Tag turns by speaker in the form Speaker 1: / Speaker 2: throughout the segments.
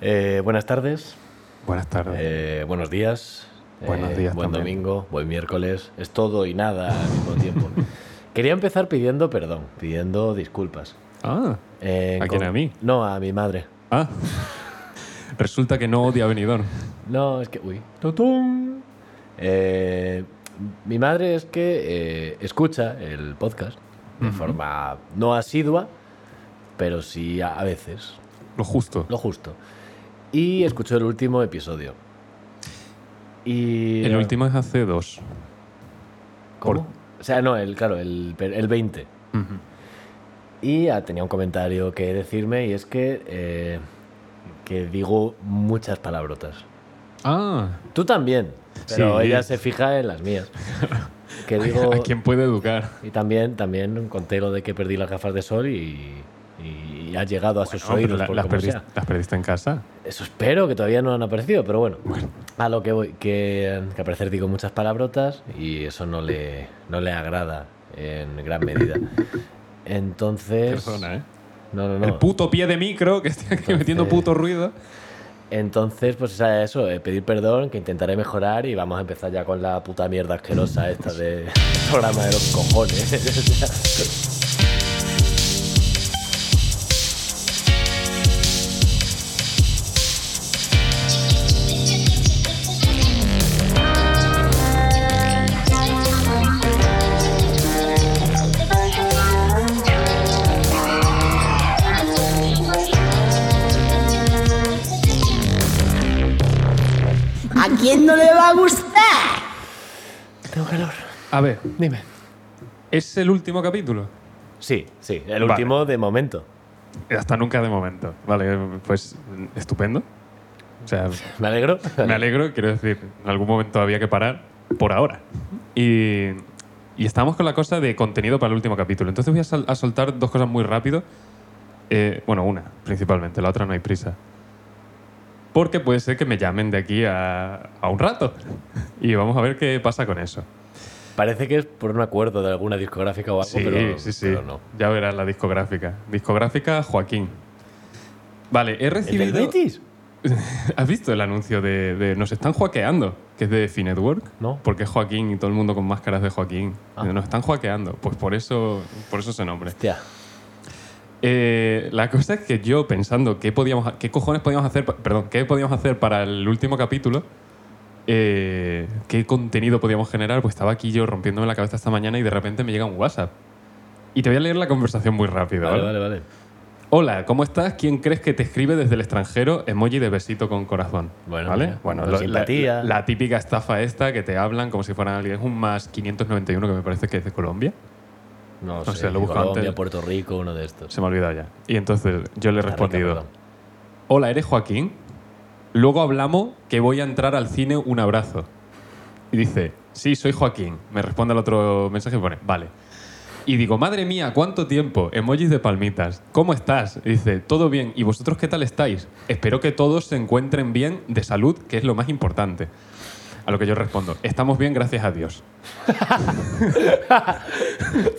Speaker 1: Eh, buenas tardes,
Speaker 2: Buenas tardes.
Speaker 1: eh, buenos días, eh,
Speaker 2: Buenos días
Speaker 1: buen
Speaker 2: también.
Speaker 1: domingo, buen miércoles, es todo y nada al mismo tiempo. Quería empezar pidiendo perdón, pidiendo disculpas.
Speaker 2: Ah,
Speaker 1: Eh,
Speaker 2: ¿A quién, a mí?
Speaker 1: No, a mi madre.
Speaker 2: ah. Resulta que no odia venidor.
Speaker 1: No, es que. Uy. ¡Tutum! Eh, mi madre es que eh, escucha el podcast de forma no asidua, pero sí a, a veces,
Speaker 2: Lo justo.
Speaker 1: lo justo. Y escuchó el último episodio. Y.
Speaker 2: El último es hace dos.
Speaker 1: ¿Cómo? O sea, no, el, claro, el, el 20.
Speaker 2: Ujú.
Speaker 1: Y ah, tenía un comentario que decirme y es que. eh, que digo muchas palabrotas.
Speaker 2: Ah,
Speaker 1: Tú también. Pero
Speaker 2: Sí.
Speaker 1: ella se fija en las mías. Que digo.
Speaker 2: ¿a quién puede educar?
Speaker 1: Y también, también conté lo de que perdí las gafas de sol y, y ha llegado a sus
Speaker 2: No, pero
Speaker 1: oídos.
Speaker 2: la-
Speaker 1: por
Speaker 2: las,
Speaker 1: como
Speaker 2: perdis-
Speaker 1: sea.
Speaker 2: las perdiste en casa.
Speaker 1: Eso espero que todavía no han aparecido, pero bueno. A lo que voy, que, que al parecer digo muchas palabrotas y eso no le, no le agrada en gran medida. Entonces.
Speaker 2: Persona, ¿eh?
Speaker 1: No, no,
Speaker 2: El
Speaker 1: no.
Speaker 2: puto pie de micro que está aquí metiendo puto ruido.
Speaker 1: Entonces, pues o sea, eso, eh, pedir perdón, que intentaré mejorar y vamos a empezar ya con la puta mierda asquerosa esta de programa de los cojones. O sea,
Speaker 3: ¿A quién no le va a gustar?
Speaker 1: Tengo calor.
Speaker 2: A ver, dime. ¿Es el último capítulo?
Speaker 1: Sí, sí, el
Speaker 2: Vale.
Speaker 1: último de momento.
Speaker 2: Hasta nunca de momento. Vale, pues estupendo. O sea,
Speaker 1: Me alegro.
Speaker 2: Me alegro, quiero decir, en algún momento había que parar por ahora. Y, y estábamos con la cosa de contenido para el último capítulo. Entonces voy a, sol- a soltar dos cosas muy rápido. Eh, bueno, una, principalmente, la otra no hay prisa. Porque puede ser que me llamen de aquí a, a un rato. Y vamos a ver qué pasa con eso.
Speaker 1: Parece que es por un acuerdo de alguna discográfica o algo,
Speaker 2: Sí,
Speaker 1: Oh, pero,
Speaker 2: sí, sí.
Speaker 1: pero no.
Speaker 2: Ya verás la discográfica. Discográfica Joaquín. Vale, he
Speaker 1: ¿El
Speaker 2: recibido.
Speaker 1: del Betis?
Speaker 2: ¿Has visto el anuncio de, de Nos están joaqueando? Que es de Finetwork.
Speaker 1: No.
Speaker 2: Porque es Joaquín y todo el mundo con máscaras de Joaquín.
Speaker 1: Ah.
Speaker 2: Nos están joaqueando. Pues por eso, por eso ese nombre.
Speaker 1: Hostia.
Speaker 2: Eh, la cosa es que yo pensando qué, podíamos, qué cojones podíamos hacer, pa- perdón, qué podíamos hacer para el último capítulo, eh, qué contenido podíamos generar, pues estaba aquí yo rompiéndome la cabeza esta mañana y de repente me llega un WhatsApp. Y te voy a leer la conversación muy rápido.
Speaker 1: Vale,
Speaker 2: ¿vale?
Speaker 1: vale, vale.
Speaker 2: Hola, ¿cómo estás? ¿Quién crees que te escribe desde el extranjero? Emoji de besito con corazón.
Speaker 1: Bueno,
Speaker 2: ¿vale?
Speaker 1: mira, con simpatía.
Speaker 2: La, la típica estafa esta que te hablan como si fueran alguien. Es un más 591 que me parece que es de Colombia.
Speaker 1: No
Speaker 2: sea,
Speaker 1: sé,
Speaker 2: lo busco
Speaker 1: Colombia,
Speaker 2: antes.
Speaker 1: Puerto Rico, uno de estos.
Speaker 2: Se me ha olvidado ya. Y entonces yo le he
Speaker 1: Ah,
Speaker 2: respondido:
Speaker 1: perdón, perdón.
Speaker 2: Hola, ¿eres Joaquín? Luego hablamos que voy a entrar al cine un abrazo. Y dice: Sí, soy Joaquín. Me responde al otro mensaje y pone: Vale. Y digo, madre mía, ¿cuánto tiempo? Emojis de palmitas. ¿Cómo estás? Y dice, todo bien. ¿Y vosotros qué tal estáis? Espero que todos se encuentren bien de salud, que es lo más importante. A lo que yo respondo, estamos bien, gracias a Dios.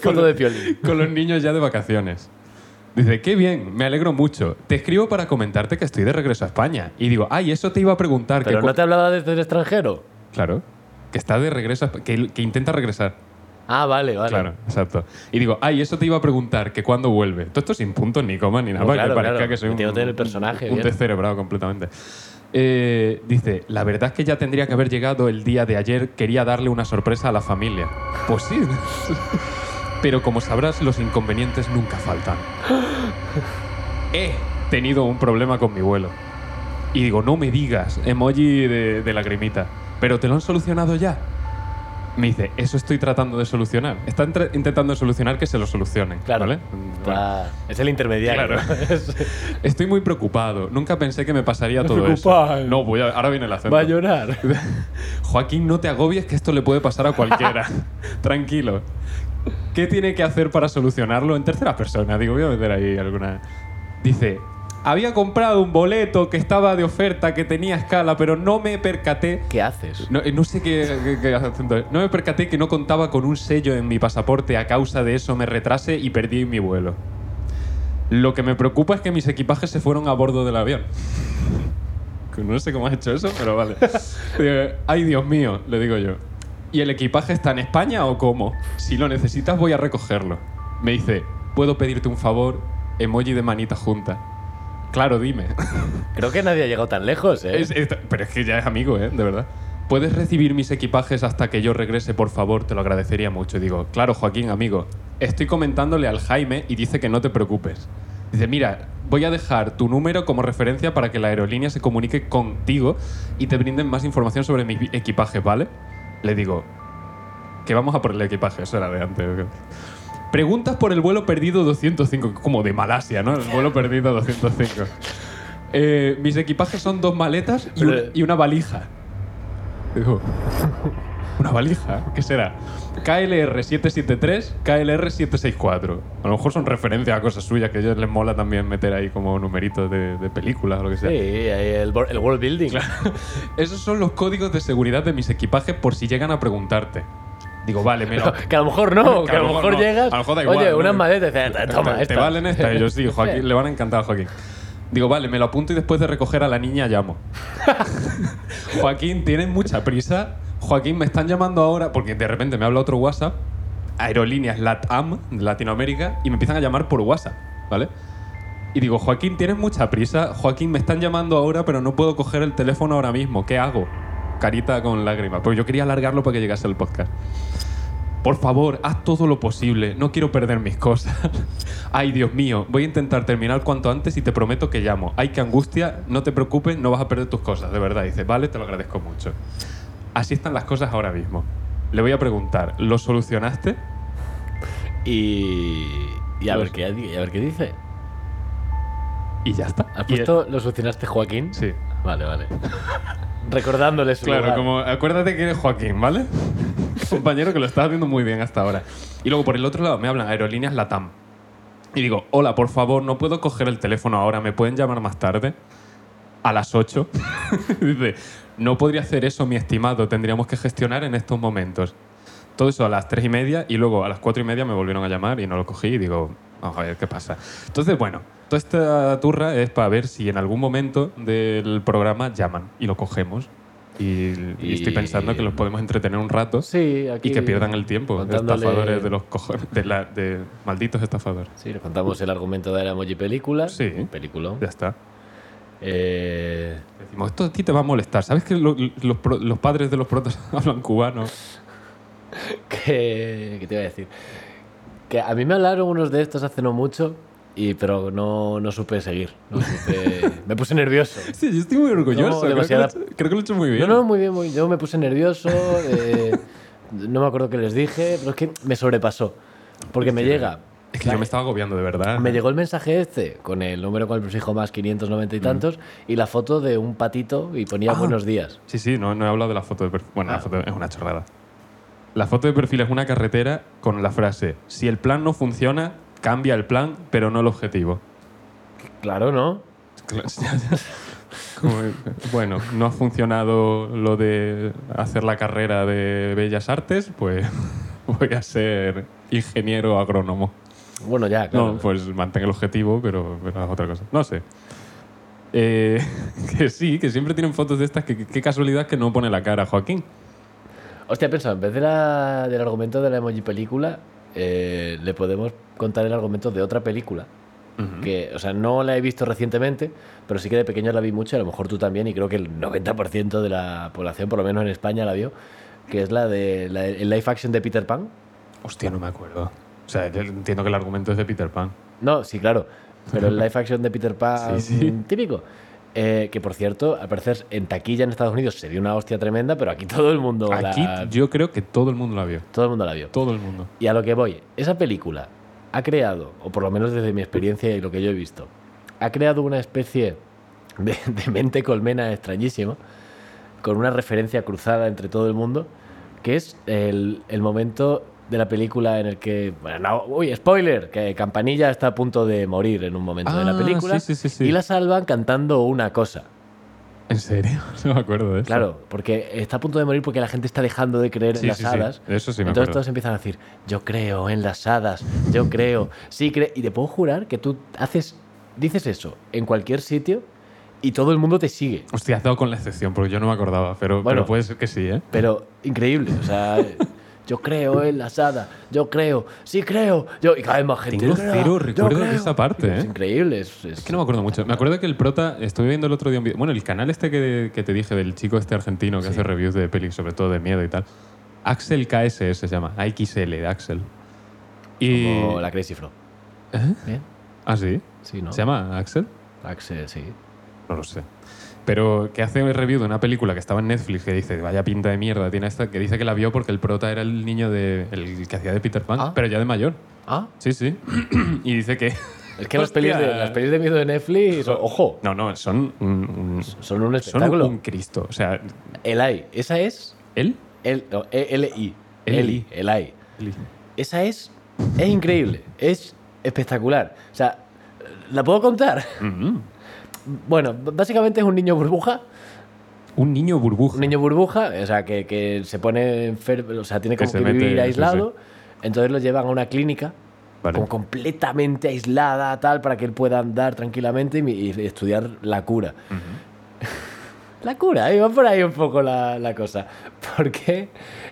Speaker 1: Foto de Piolín.
Speaker 2: Con los niños ya de vacaciones. Dice, qué bien, me alegro mucho. Te escribo para comentarte que estoy de regreso a España. Y digo, ay, eso te iba a preguntar. que
Speaker 1: Pero no
Speaker 2: cu-
Speaker 1: te hablaba desde el extranjero.
Speaker 2: Claro, que está de regreso, a Espa- que, que intenta regresar.
Speaker 1: Ah, vale, vale.
Speaker 2: Claro, exacto. Y digo, ay, eso te iba a preguntar, que cuándo vuelve. Todo esto sin puntos ni coma ni nada,
Speaker 1: No,
Speaker 2: para
Speaker 1: Pues claro,
Speaker 2: que parezca
Speaker 1: claro.
Speaker 2: que soy un,
Speaker 1: Metiéndote en el personaje,
Speaker 2: un
Speaker 1: bien.
Speaker 2: descerebrado completamente. Eh, dice, la verdad es que ya tendría que haber llegado el día de ayer, quería darle una sorpresa a la familia. Pues sí. Pero como sabrás, los inconvenientes nunca faltan.
Speaker 1: Eh,
Speaker 2: He tenido un problema con mi vuelo. Y digo, no me digas, emoji de, de lagrimita. Pero te lo han solucionado ya. Me dice, eso estoy tratando de solucionar. Está entre- intentando solucionar que se lo solucionen.
Speaker 1: Claro.
Speaker 2: ¿vale? Bueno,
Speaker 1: Ah, es el intermediario.
Speaker 2: Claro.
Speaker 1: ¿no? Es-
Speaker 2: estoy muy preocupado. Nunca pensé que me pasaría todo
Speaker 1: Preocupado.
Speaker 2: eso. No, voy a- ahora viene el acento.
Speaker 1: Va a llorar.
Speaker 2: Joaquín, no te agobies que esto le puede pasar a cualquiera. Tranquilo. ¿Qué tiene que hacer para solucionarlo en tercera persona? Digo, voy a meter ahí alguna. Dice, había comprado un boleto que estaba de oferta, que tenía escala, pero no me percaté.
Speaker 1: ¿Qué haces?
Speaker 2: No, eh, no sé qué, qué- qué acento es. No me percaté que no contaba con un sello en mi pasaporte. A causa de eso me retrasé y perdí mi vuelo. Lo que me preocupa es que mis equipajes se fueron a bordo del avión. No sé cómo has hecho eso, pero vale. Digo, Ay, Dios mío, le digo yo. ¿Y el equipaje está en España o cómo? Si lo necesitas, voy a recogerlo. Me dice, ¿puedo pedirte un favor? Emoji de manita junta. Claro, dime.
Speaker 1: Creo que nadie ha llegado tan lejos, ¿eh?
Speaker 2: Es- es- pero es que ya es amigo, ¿eh? De verdad. ¿Puedes recibir mis equipajes hasta que yo regrese, por favor? Te lo agradecería mucho. Y digo, claro, Joaquín, amigo. Estoy comentándole al Jaime y dice que no te preocupes. Dice, mira, voy a dejar tu número como referencia para que la aerolínea se comunique contigo y te brinden más información sobre mis vi- equipajes, ¿vale? Le digo, que vamos a por el equipaje, eso era de antes. Preguntas por el vuelo perdido 205, como de Malasia, ¿no? El vuelo perdido 205. Eh, mis equipajes son dos maletas y, un-
Speaker 1: Pero-
Speaker 2: y una valija. Digo, ¿una valija? ¿Qué será? KLR 773, KLR 764. A lo mejor son referencias a cosas suyas que a ellos les mola también meter ahí como numeritos de, de películas o lo que
Speaker 1: Sí,
Speaker 2: sea.
Speaker 1: ahí el, bor- el world building.
Speaker 2: Esos son los códigos de seguridad de mis equipajes por si llegan a preguntarte. Digo, vale, me lo-
Speaker 1: Que a lo mejor no, que a lo mejor
Speaker 2: no.
Speaker 1: llegas.
Speaker 2: A lo mejor da
Speaker 1: Oye,
Speaker 2: igual,
Speaker 1: unas
Speaker 2: ¿no?
Speaker 1: maletas. eh, Toma,
Speaker 2: te,
Speaker 1: esta.
Speaker 2: Te valen esta. Y yo sí, Joaquín, le van a encantar a Joaquín. Digo, vale, me lo apunto y después de recoger a la niña llamo. Joaquín, tienes mucha prisa. Joaquín, me están llamando ahora porque de repente me habla otro WhatsApp, aerolíneas LATAM de Latinoamérica, y me empiezan a llamar por WhatsApp, ¿vale? Y digo, Joaquín, tienes mucha prisa. Joaquín, me están llamando ahora, pero no puedo coger el teléfono ahora mismo. ¿Qué hago? Carita con lágrimas. Porque yo quería alargarlo para que llegase el podcast. Por favor, haz todo lo posible. No quiero perder mis cosas. Ay, Dios mío, voy a intentar terminar cuanto antes y te prometo que llamo. Ay, qué angustia, no te preocupes, no vas a perder tus cosas. De verdad, dice, vale, te lo agradezco mucho. Así están las cosas ahora mismo. Le voy a preguntar, ¿lo solucionaste?
Speaker 1: Y. Y a
Speaker 2: Los-
Speaker 1: ver qué, y a ver qué dice.
Speaker 2: Y ya está.
Speaker 1: ¿Has
Speaker 2: Y-
Speaker 1: puesto lo solucionaste Joaquín?
Speaker 2: Sí.
Speaker 1: Vale, vale. Recordándole su
Speaker 2: Claro,
Speaker 1: lugar.
Speaker 2: como acuérdate que eres Joaquín, ¿vale? Compañero que lo estás haciendo muy bien hasta ahora. Y luego por el otro lado me hablan aerolíneas Latam. Y digo, hola, por favor, no puedo coger el teléfono ahora, ¿me pueden llamar más tarde? A las 8. Dice, no podría hacer eso, mi estimado, tendríamos que gestionar en estos momentos. Todo eso a las 3 y media y luego a las 4 y media me volvieron a llamar y no lo cogí y digo, vamos a ver qué pasa. Entonces, bueno, toda esta turra es para ver si en algún momento del programa llaman y lo cogemos. Y, y estoy
Speaker 1: Y-
Speaker 2: pensando que los podemos entretener un rato
Speaker 1: Sí, aquí.
Speaker 2: y que pierdan el tiempo. de
Speaker 1: contándole-
Speaker 2: Estafadores de los cojones, de, la- de malditos estafadores.
Speaker 1: Sí, le contamos el argumento de la emoji película.
Speaker 2: Sí.
Speaker 1: Película.
Speaker 2: Ya está.
Speaker 1: Eh,
Speaker 2: Decimos, esto a ti te va a molestar. ¿Sabes que lo- los, pro- los padres de los protas hablan cubano?
Speaker 1: que, ¿Qué te iba a decir? Que a mí me hablaron unos de estos hace no mucho, y, pero no, no supe seguir. no supe- me puse nervioso.
Speaker 2: Sí, yo estoy muy orgulloso. Creo que, lo he
Speaker 1: demasiada-
Speaker 2: hecho, creo que lo he hecho muy bien.
Speaker 1: No, no, muy bien, muy bien. Yo me puse nervioso, eh, no me acuerdo qué les dije, pero es que me sobrepasó. Porque me llega.
Speaker 2: Es que yo me estaba agobiando, de verdad.
Speaker 1: Me llegó el mensaje este, con el número con el prefijo más 590 y tantos, y la foto de un patito y ponía
Speaker 2: Ah.
Speaker 1: buenos días.
Speaker 2: Sí, sí, no, no he hablado de la foto de perfil. Bueno, la
Speaker 1: Ah.
Speaker 2: foto es una chorrada. La foto de perfil es una carretera con la frase: Si el plan no funciona, cambia el plan, pero no el objetivo.
Speaker 1: Claro, ¿no?
Speaker 2: Como, bueno, no ha funcionado lo de hacer la carrera de Bellas Artes, pues voy a ser ingeniero agrónomo.
Speaker 1: Bueno, ya, claro.
Speaker 2: No, pues mantén el objetivo, pero, pero haz otra cosa. No sé. Eh, que sí, que siempre tienen fotos de estas. que- que- Qué casualidad que no pone la cara, Joaquín.
Speaker 1: Hostia, he pensado, en vez de la- del argumento de la emoji película, eh, le podemos contar el argumento de otra película. Que, o sea, no la he visto recientemente, pero sí que de pequeño la vi mucho, a lo mejor tú también, y creo que el 90% de la población, por lo menos en España, la vio, que es la de la- el live action de Peter Pan.
Speaker 2: Hostia, no me acuerdo. O sea, yo entiendo que el argumento es de Peter Pan.
Speaker 1: No, sí, claro. Pero el live action de Peter Pan
Speaker 2: Sí, sí.
Speaker 1: típico. Eh, que por cierto, al parecer en taquilla en Estados Unidos se dio una hostia tremenda, pero aquí todo el mundo la-
Speaker 2: Aquí yo creo que todo el mundo la vio.
Speaker 1: todo el mundo la vio.
Speaker 2: Todo el mundo.
Speaker 1: Y a lo que voy, esa película ha creado, o por lo menos desde mi experiencia y lo que yo he visto, ha creado una especie de, de mente colmena extrañísima, con una referencia cruzada entre todo el mundo, que es el, el momento de la película en el que, bueno, no, uy, spoiler, que Campanilla está a punto de morir en un momento de la
Speaker 2: Ah,
Speaker 1: película
Speaker 2: sí, sí, sí, sí.
Speaker 1: y la salvan cantando una cosa.
Speaker 2: ¿En serio? No me acuerdo de eso.
Speaker 1: Claro, porque está a punto de morir porque la gente está dejando de creer
Speaker 2: Sí,
Speaker 1: en las
Speaker 2: sí, sí.
Speaker 1: hadas.
Speaker 2: Eso sí me
Speaker 1: Entonces
Speaker 2: acuerdo.
Speaker 1: todos empiezan a decir, yo creo en las hadas, yo creo, sí creo. Y te puedo jurar que tú haces, dices eso en cualquier sitio y todo el mundo te sigue.
Speaker 2: Hostia, has dado con la excepción, porque yo no me acordaba, pero,
Speaker 1: Bueno.
Speaker 2: pero puede ser que sí, ¿eh?
Speaker 1: Pero increíble, o sea, yo creo en las hadas, yo creo, sí creo, yo y cada vez más gente.
Speaker 2: Tengo
Speaker 1: yo creo,
Speaker 2: cero
Speaker 1: yo
Speaker 2: recuerdo de
Speaker 1: creo.
Speaker 2: esa parte,
Speaker 1: Es
Speaker 2: ¿eh?
Speaker 1: increíble, es, es-
Speaker 2: Es que no me acuerdo mucho. Me acuerdo que el prota, estuve viendo el otro día un vídeo. Bueno, el canal este que, que te dije del chico este argentino que hace reviews de pelis, sobre todo de miedo y tal. Axel KS se llama, AXL de Axel. Y.
Speaker 1: como la Crazy Frog. ¿Eh?
Speaker 2: ¿Ah, sí?
Speaker 1: Sí, ¿no?
Speaker 2: ¿Se llama Axel?
Speaker 1: Axel, sí.
Speaker 2: No lo sé. Pero que hace un review de una película que estaba en Netflix que dice, vaya pinta de mierda, tiene esta, que dice que la vio porque el prota era el niño de, el que hacía de Peter Pan,
Speaker 1: Ah.
Speaker 2: pero ya de mayor.
Speaker 1: Ah,
Speaker 2: Sí, sí. y dice que...
Speaker 1: es que las
Speaker 2: Hostia.
Speaker 1: pelis, de, las pelis de miedo de Netflix, o- ojo,
Speaker 2: No, no, son un, un-
Speaker 1: son un
Speaker 2: son un,
Speaker 1: espectáculo.
Speaker 2: Cristo. O sea,
Speaker 1: El AI, esa es
Speaker 2: él...
Speaker 1: el no, E- LI,
Speaker 2: LI.
Speaker 1: LI, el AI. Esa es es increíble, es espectacular. O sea, la puedo contar.
Speaker 2: Mm.
Speaker 1: Bueno, b- básicamente es un niño burbuja
Speaker 2: Un niño burbuja.
Speaker 1: un niño burbuja, o sea, que, que se pone enfermo, o sea, tiene
Speaker 2: Que
Speaker 1: como
Speaker 2: se
Speaker 1: que, vivir
Speaker 2: mete, sí,
Speaker 1: aislado. Entonces lo llevan a una clínica,
Speaker 2: Vale.
Speaker 1: como completamente aislada, tal, para que él pueda andar tranquilamente y, mi- y estudiar la cura. la cura, iba por ahí un poco la, la cosa. Porque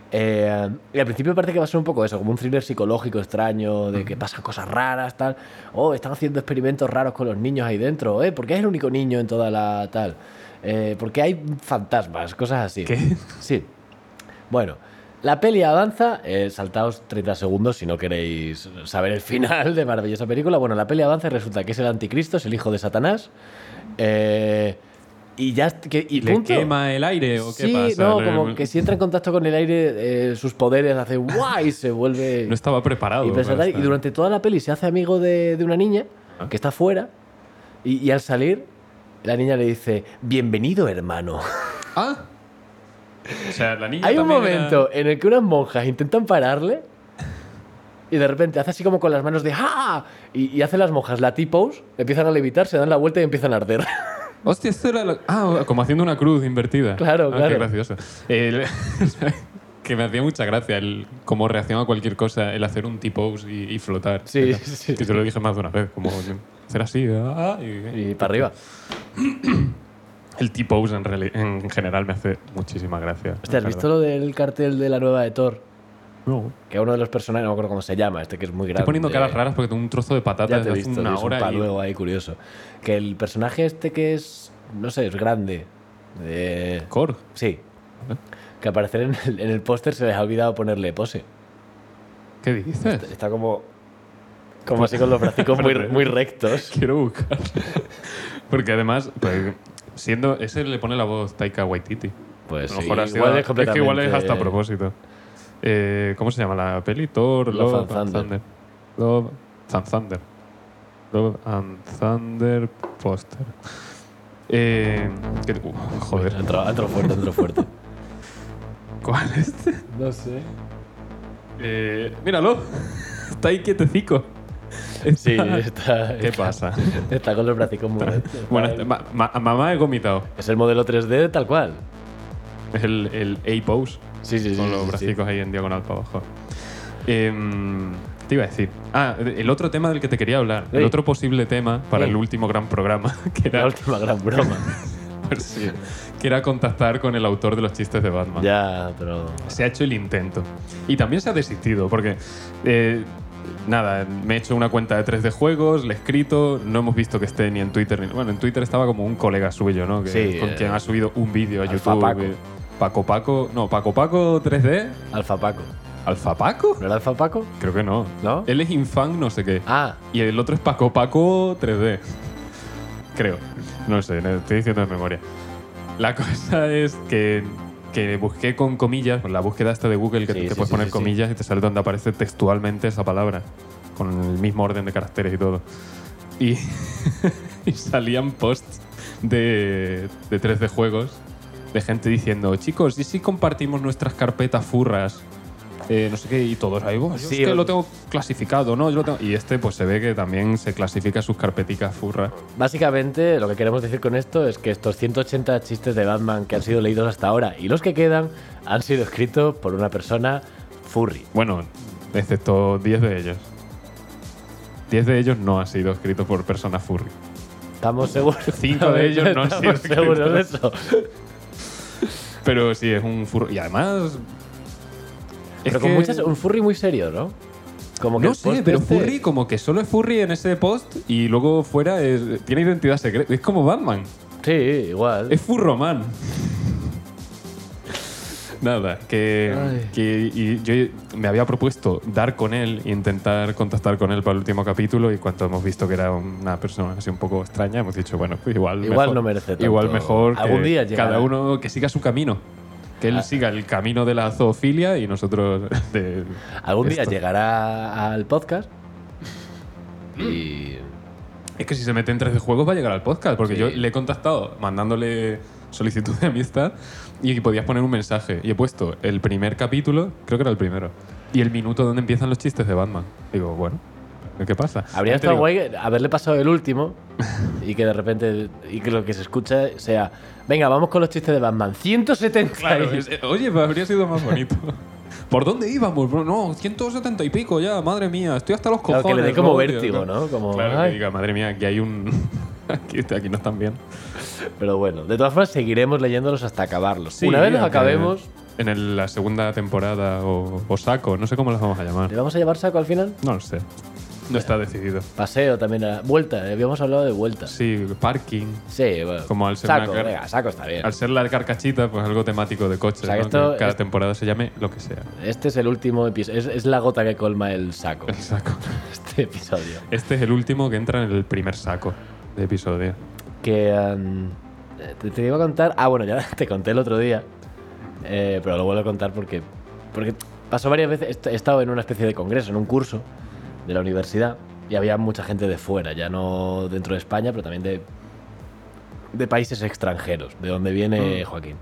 Speaker 1: eh, y al principio parece que va a ser un poco eso, como un thriller psicológico extraño, de que pasan cosas raras, tal. Oh, están haciendo experimentos raros con los niños ahí dentro, ¿eh? ¿Por qué es el único niño en toda la tal? Eh, porque hay fantasmas, cosas así.
Speaker 2: ¿Qué?
Speaker 1: Sí. Bueno, la peli avanza. eh, saltaos 30 segundos si no queréis saber el final de maravillosa película. Bueno, la peli avanza y resulta que es el anticristo, es el hijo de Satanás. eh, y ya. est- Que, y
Speaker 2: ¿Le
Speaker 1: punto.
Speaker 2: quema el aire o qué
Speaker 1: sí,
Speaker 2: pasa?
Speaker 1: no, como que si entra en contacto con el aire, eh, sus poderes hace guay y se vuelve.
Speaker 2: No estaba preparado.
Speaker 1: Y, pues,
Speaker 2: para
Speaker 1: y
Speaker 2: esta-
Speaker 1: durante toda la peli se hace amigo de, de una niña
Speaker 2: Ah.
Speaker 1: que está fuera. Y, y al salir, la niña le dice: Bienvenido, hermano.
Speaker 2: Ah. O sea, la niña
Speaker 1: Hay un
Speaker 2: también era-
Speaker 1: momento en el que unas monjas intentan pararle y de repente hace así como con las manos de ¡Ah! Y, y hace las monjas la T-pose, empiezan a levitar, se dan la vuelta y empiezan a arder.
Speaker 2: Hostia, esto era. lo- Ah, como haciendo una cruz invertida.
Speaker 1: Claro,
Speaker 2: Ah, Qué
Speaker 1: claro.
Speaker 2: gracioso. El- que me hacía mucha gracia el cómo reacciona a cualquier cosa, el hacer un T-pose y, y flotar.
Speaker 1: Sí,
Speaker 2: Era-
Speaker 1: sí.
Speaker 2: Que te lo dije más de una vez, como hacer así. ah, y-
Speaker 1: Y para arriba.
Speaker 2: El T-pose en, reali- en general me hace muchísima gracia.
Speaker 1: Hostia, ¿has
Speaker 2: la
Speaker 1: visto lo del cartel de la nueva de Thor?
Speaker 2: verdad. No.
Speaker 1: Que a uno de los personajes, no me acuerdo cómo se llama, este que es muy grande.
Speaker 2: Estoy poniendo caras raras porque tengo un trozo de patata
Speaker 1: Ya te
Speaker 2: desde
Speaker 1: he
Speaker 2: hace
Speaker 1: visto,
Speaker 2: una
Speaker 1: es un
Speaker 2: hora. y-
Speaker 1: paluego ahí curioso. Que el personaje este que es, no sé, es grande. eh,
Speaker 2: Korg.
Speaker 1: sí.
Speaker 2: ¿Eh?
Speaker 1: Que al parecer en el, en el póster se les ha olvidado ponerle pose.
Speaker 2: ¿Qué dices?
Speaker 1: Está como. Como así con los brazos muy, muy rectos.
Speaker 2: Quiero buscar. porque además, pues, siendo. Ese le pone la voz Taika Waititi.
Speaker 1: Pues sí,
Speaker 2: A lo mejor ha sido-
Speaker 1: igual es
Speaker 2: es, que igual es
Speaker 1: completamente-
Speaker 2: hasta a propósito. Eh, ¿Cómo se llama la peli? Thor,
Speaker 1: Love
Speaker 2: Love,
Speaker 1: and
Speaker 2: and
Speaker 1: Thunder.
Speaker 2: Thunder. Love and Thunder. Love and Thunder poster. Eh, que- uh, joder,
Speaker 1: Entra, entra fuerte, entra fuerte.
Speaker 2: ¿cuál es?
Speaker 1: no sé.
Speaker 2: Eh, míralo. Está ahí quietecico.
Speaker 1: Sí, está.
Speaker 2: ¿Qué
Speaker 1: está-
Speaker 2: pasa?
Speaker 1: Está con los brazos muy rectos.
Speaker 2: Bueno, este ma- ma- mamá he vomitado.
Speaker 1: Es el modelo 3D tal cual.
Speaker 2: Es el, el A-pose.
Speaker 1: Sí, sí, sí.
Speaker 2: con
Speaker 1: sí,
Speaker 2: los
Speaker 1: sí,
Speaker 2: bracicos ahí en diagonal para abajo. Em, ¿qué te iba a decir? Ah, el otro tema del que te quería hablar. El
Speaker 1: Sí.
Speaker 2: otro posible tema para
Speaker 1: Sí.
Speaker 2: el último gran programa, que
Speaker 1: La
Speaker 2: era,
Speaker 1: última gran broma.
Speaker 2: pues sí, que era contactar con el autor de los chistes de Batman.
Speaker 1: ya, pero.
Speaker 2: Se ha hecho el intento. Y también se ha desistido, porque... eh, Nada, me he hecho una cuenta de 3 de juegos, le he escrito, no hemos visto que esté ni en Twitter. Ni, bueno, en Twitter estaba como un colega suyo, ¿no? Que,
Speaker 1: Sí,
Speaker 2: con
Speaker 1: eh,
Speaker 2: quien ha subido un vídeo a
Speaker 1: Alfa
Speaker 2: YouTube.
Speaker 1: Paco.
Speaker 2: eh, Paco Paco, no, Paco Paco 3D,
Speaker 1: Alfa Paco.
Speaker 2: Alfa Paco.
Speaker 1: ¿No era Alfa Paco?
Speaker 2: Creo que no.
Speaker 1: ¿No?
Speaker 2: Él es Infang no sé qué.
Speaker 1: Ah,
Speaker 2: Y el otro es Paco Paco 3D. Creo. No sé, no- estoy diciendo de memoria. La cosa es que, que busqué con comillas, con la búsqueda esta de Google que
Speaker 1: Sí,
Speaker 2: te
Speaker 1: sí,
Speaker 2: puedes
Speaker 1: sí,
Speaker 2: poner
Speaker 1: sí, sí.
Speaker 2: comillas y te sale donde aparece textualmente esa palabra. Con el mismo orden de caracteres y todo. Y, y salían posts de, de 3D juegos de gente diciendo, chicos, ¿y si compartimos nuestras carpetas furras? Eh, no sé qué, y todos ahí, "Buah, yo
Speaker 1: Sí,
Speaker 2: es que
Speaker 1: o-
Speaker 2: lo tengo clasificado, ¿no? Yo lo tengo... Y este, pues se ve que también se clasifica sus carpeticas furras.
Speaker 1: Básicamente, lo que queremos decir con esto es que estos 180 chistes de Batman que han sido leídos hasta ahora y los que quedan han sido escritos por una persona furry.
Speaker 2: Bueno, excepto 10 de ellos. 10 de ellos no han sido escritos por personas furry.
Speaker 1: Estamos seguros.
Speaker 2: Cinco de ellos no han sido
Speaker 1: Estamos seguros de eso.
Speaker 2: Pero sí, es un furro. Y además.
Speaker 1: Pero con muchas. Un furry muy serio, ¿no? Como que
Speaker 2: No
Speaker 1: el
Speaker 2: sé,
Speaker 1: post
Speaker 2: pero
Speaker 1: este-
Speaker 2: Furry como que solo es Furry en ese post y luego fuera es- tiene identidad secreta. Es como Batman.
Speaker 1: Sí, igual.
Speaker 2: Es Furroman. Nada, que,
Speaker 1: Ay.
Speaker 2: que- y yo me había propuesto dar con él, intentar contactar con él para el último capítulo y cuando hemos visto que era una persona así un poco extraña, hemos dicho, bueno, pues igual,
Speaker 1: Igual
Speaker 2: mejor-
Speaker 1: no merece tanto.
Speaker 2: Igual mejor que
Speaker 1: Algún día Ah. llegará.
Speaker 2: cada uno que siga su camino. Que él siga el camino de la zoofilia y nosotros de
Speaker 1: Algún día
Speaker 2: esto.
Speaker 1: llegará al podcast. Y.
Speaker 2: Mm. Es que si se mete en 13 juegos va a llegar al podcast, porque
Speaker 1: Sí.
Speaker 2: yo le he contactado mandándole solicitud de amistad y podías poner un mensaje. Y he puesto el primer capítulo, creo que era el primero, y el minuto donde empiezan los chistes de Batman. Digo, bueno, ¿qué pasa?
Speaker 1: Habría
Speaker 2: Ya te
Speaker 1: estado
Speaker 2: digo,
Speaker 1: guay haberle pasado el último y que de repente. Y que lo que se escucha sea. Venga, vamos con los chistes de Batman. 170.
Speaker 2: Claro, es- eh, oye, pues habría sido más bonito. ¿Por dónde íbamos? bro? No, 170 y pico ya, madre mía, estoy hasta los
Speaker 1: Claro,
Speaker 2: cojones.
Speaker 1: que le dé como
Speaker 2: no, tío,
Speaker 1: vértigo, ¿no? Como,
Speaker 2: claro, que
Speaker 1: ay.
Speaker 2: diga, madre mía, aquí hay un... aquí, aquí no están bien.
Speaker 1: Pero bueno, de todas formas seguiremos leyéndolos hasta acabarlos.
Speaker 2: Sí,
Speaker 1: Una vez los
Speaker 2: aunque
Speaker 1: acabemos,
Speaker 2: En el- la segunda temporada o, o saco, no sé cómo las vamos a
Speaker 1: ¿le
Speaker 2: llamar.
Speaker 1: vamos a llevar saco al final?
Speaker 2: No lo sé. No está decidido.
Speaker 1: Paseo también a vuelta, eh, habíamos hablado de vuelta. Sí,
Speaker 2: Sí, parking.
Speaker 1: bueno,
Speaker 2: Como al ser
Speaker 1: saco,
Speaker 2: una car-
Speaker 1: venga, saco está bien.
Speaker 2: Al ser la carcachita, pues algo temático de coches.
Speaker 1: O sea, que
Speaker 2: ¿no?
Speaker 1: esto
Speaker 2: Que cada
Speaker 1: es-
Speaker 2: temporada se llame lo que sea.
Speaker 1: Este es el último episodio, es, es la gota que colma el saco,
Speaker 2: El saco.
Speaker 1: este episodio.
Speaker 2: Este es el último que entra en el primer saco de episodio.
Speaker 1: Que em, te, te iba a contar, ah bueno, ya te conté el otro día, eh, pero lo vuelvo a contar porque, porque pasó varias veces, Est- he estado en una especie de congreso, en un curso de la universidad, y había mucha gente de fuera, ya no dentro de España, pero también de, de países extranjeros, de donde viene Joaquín.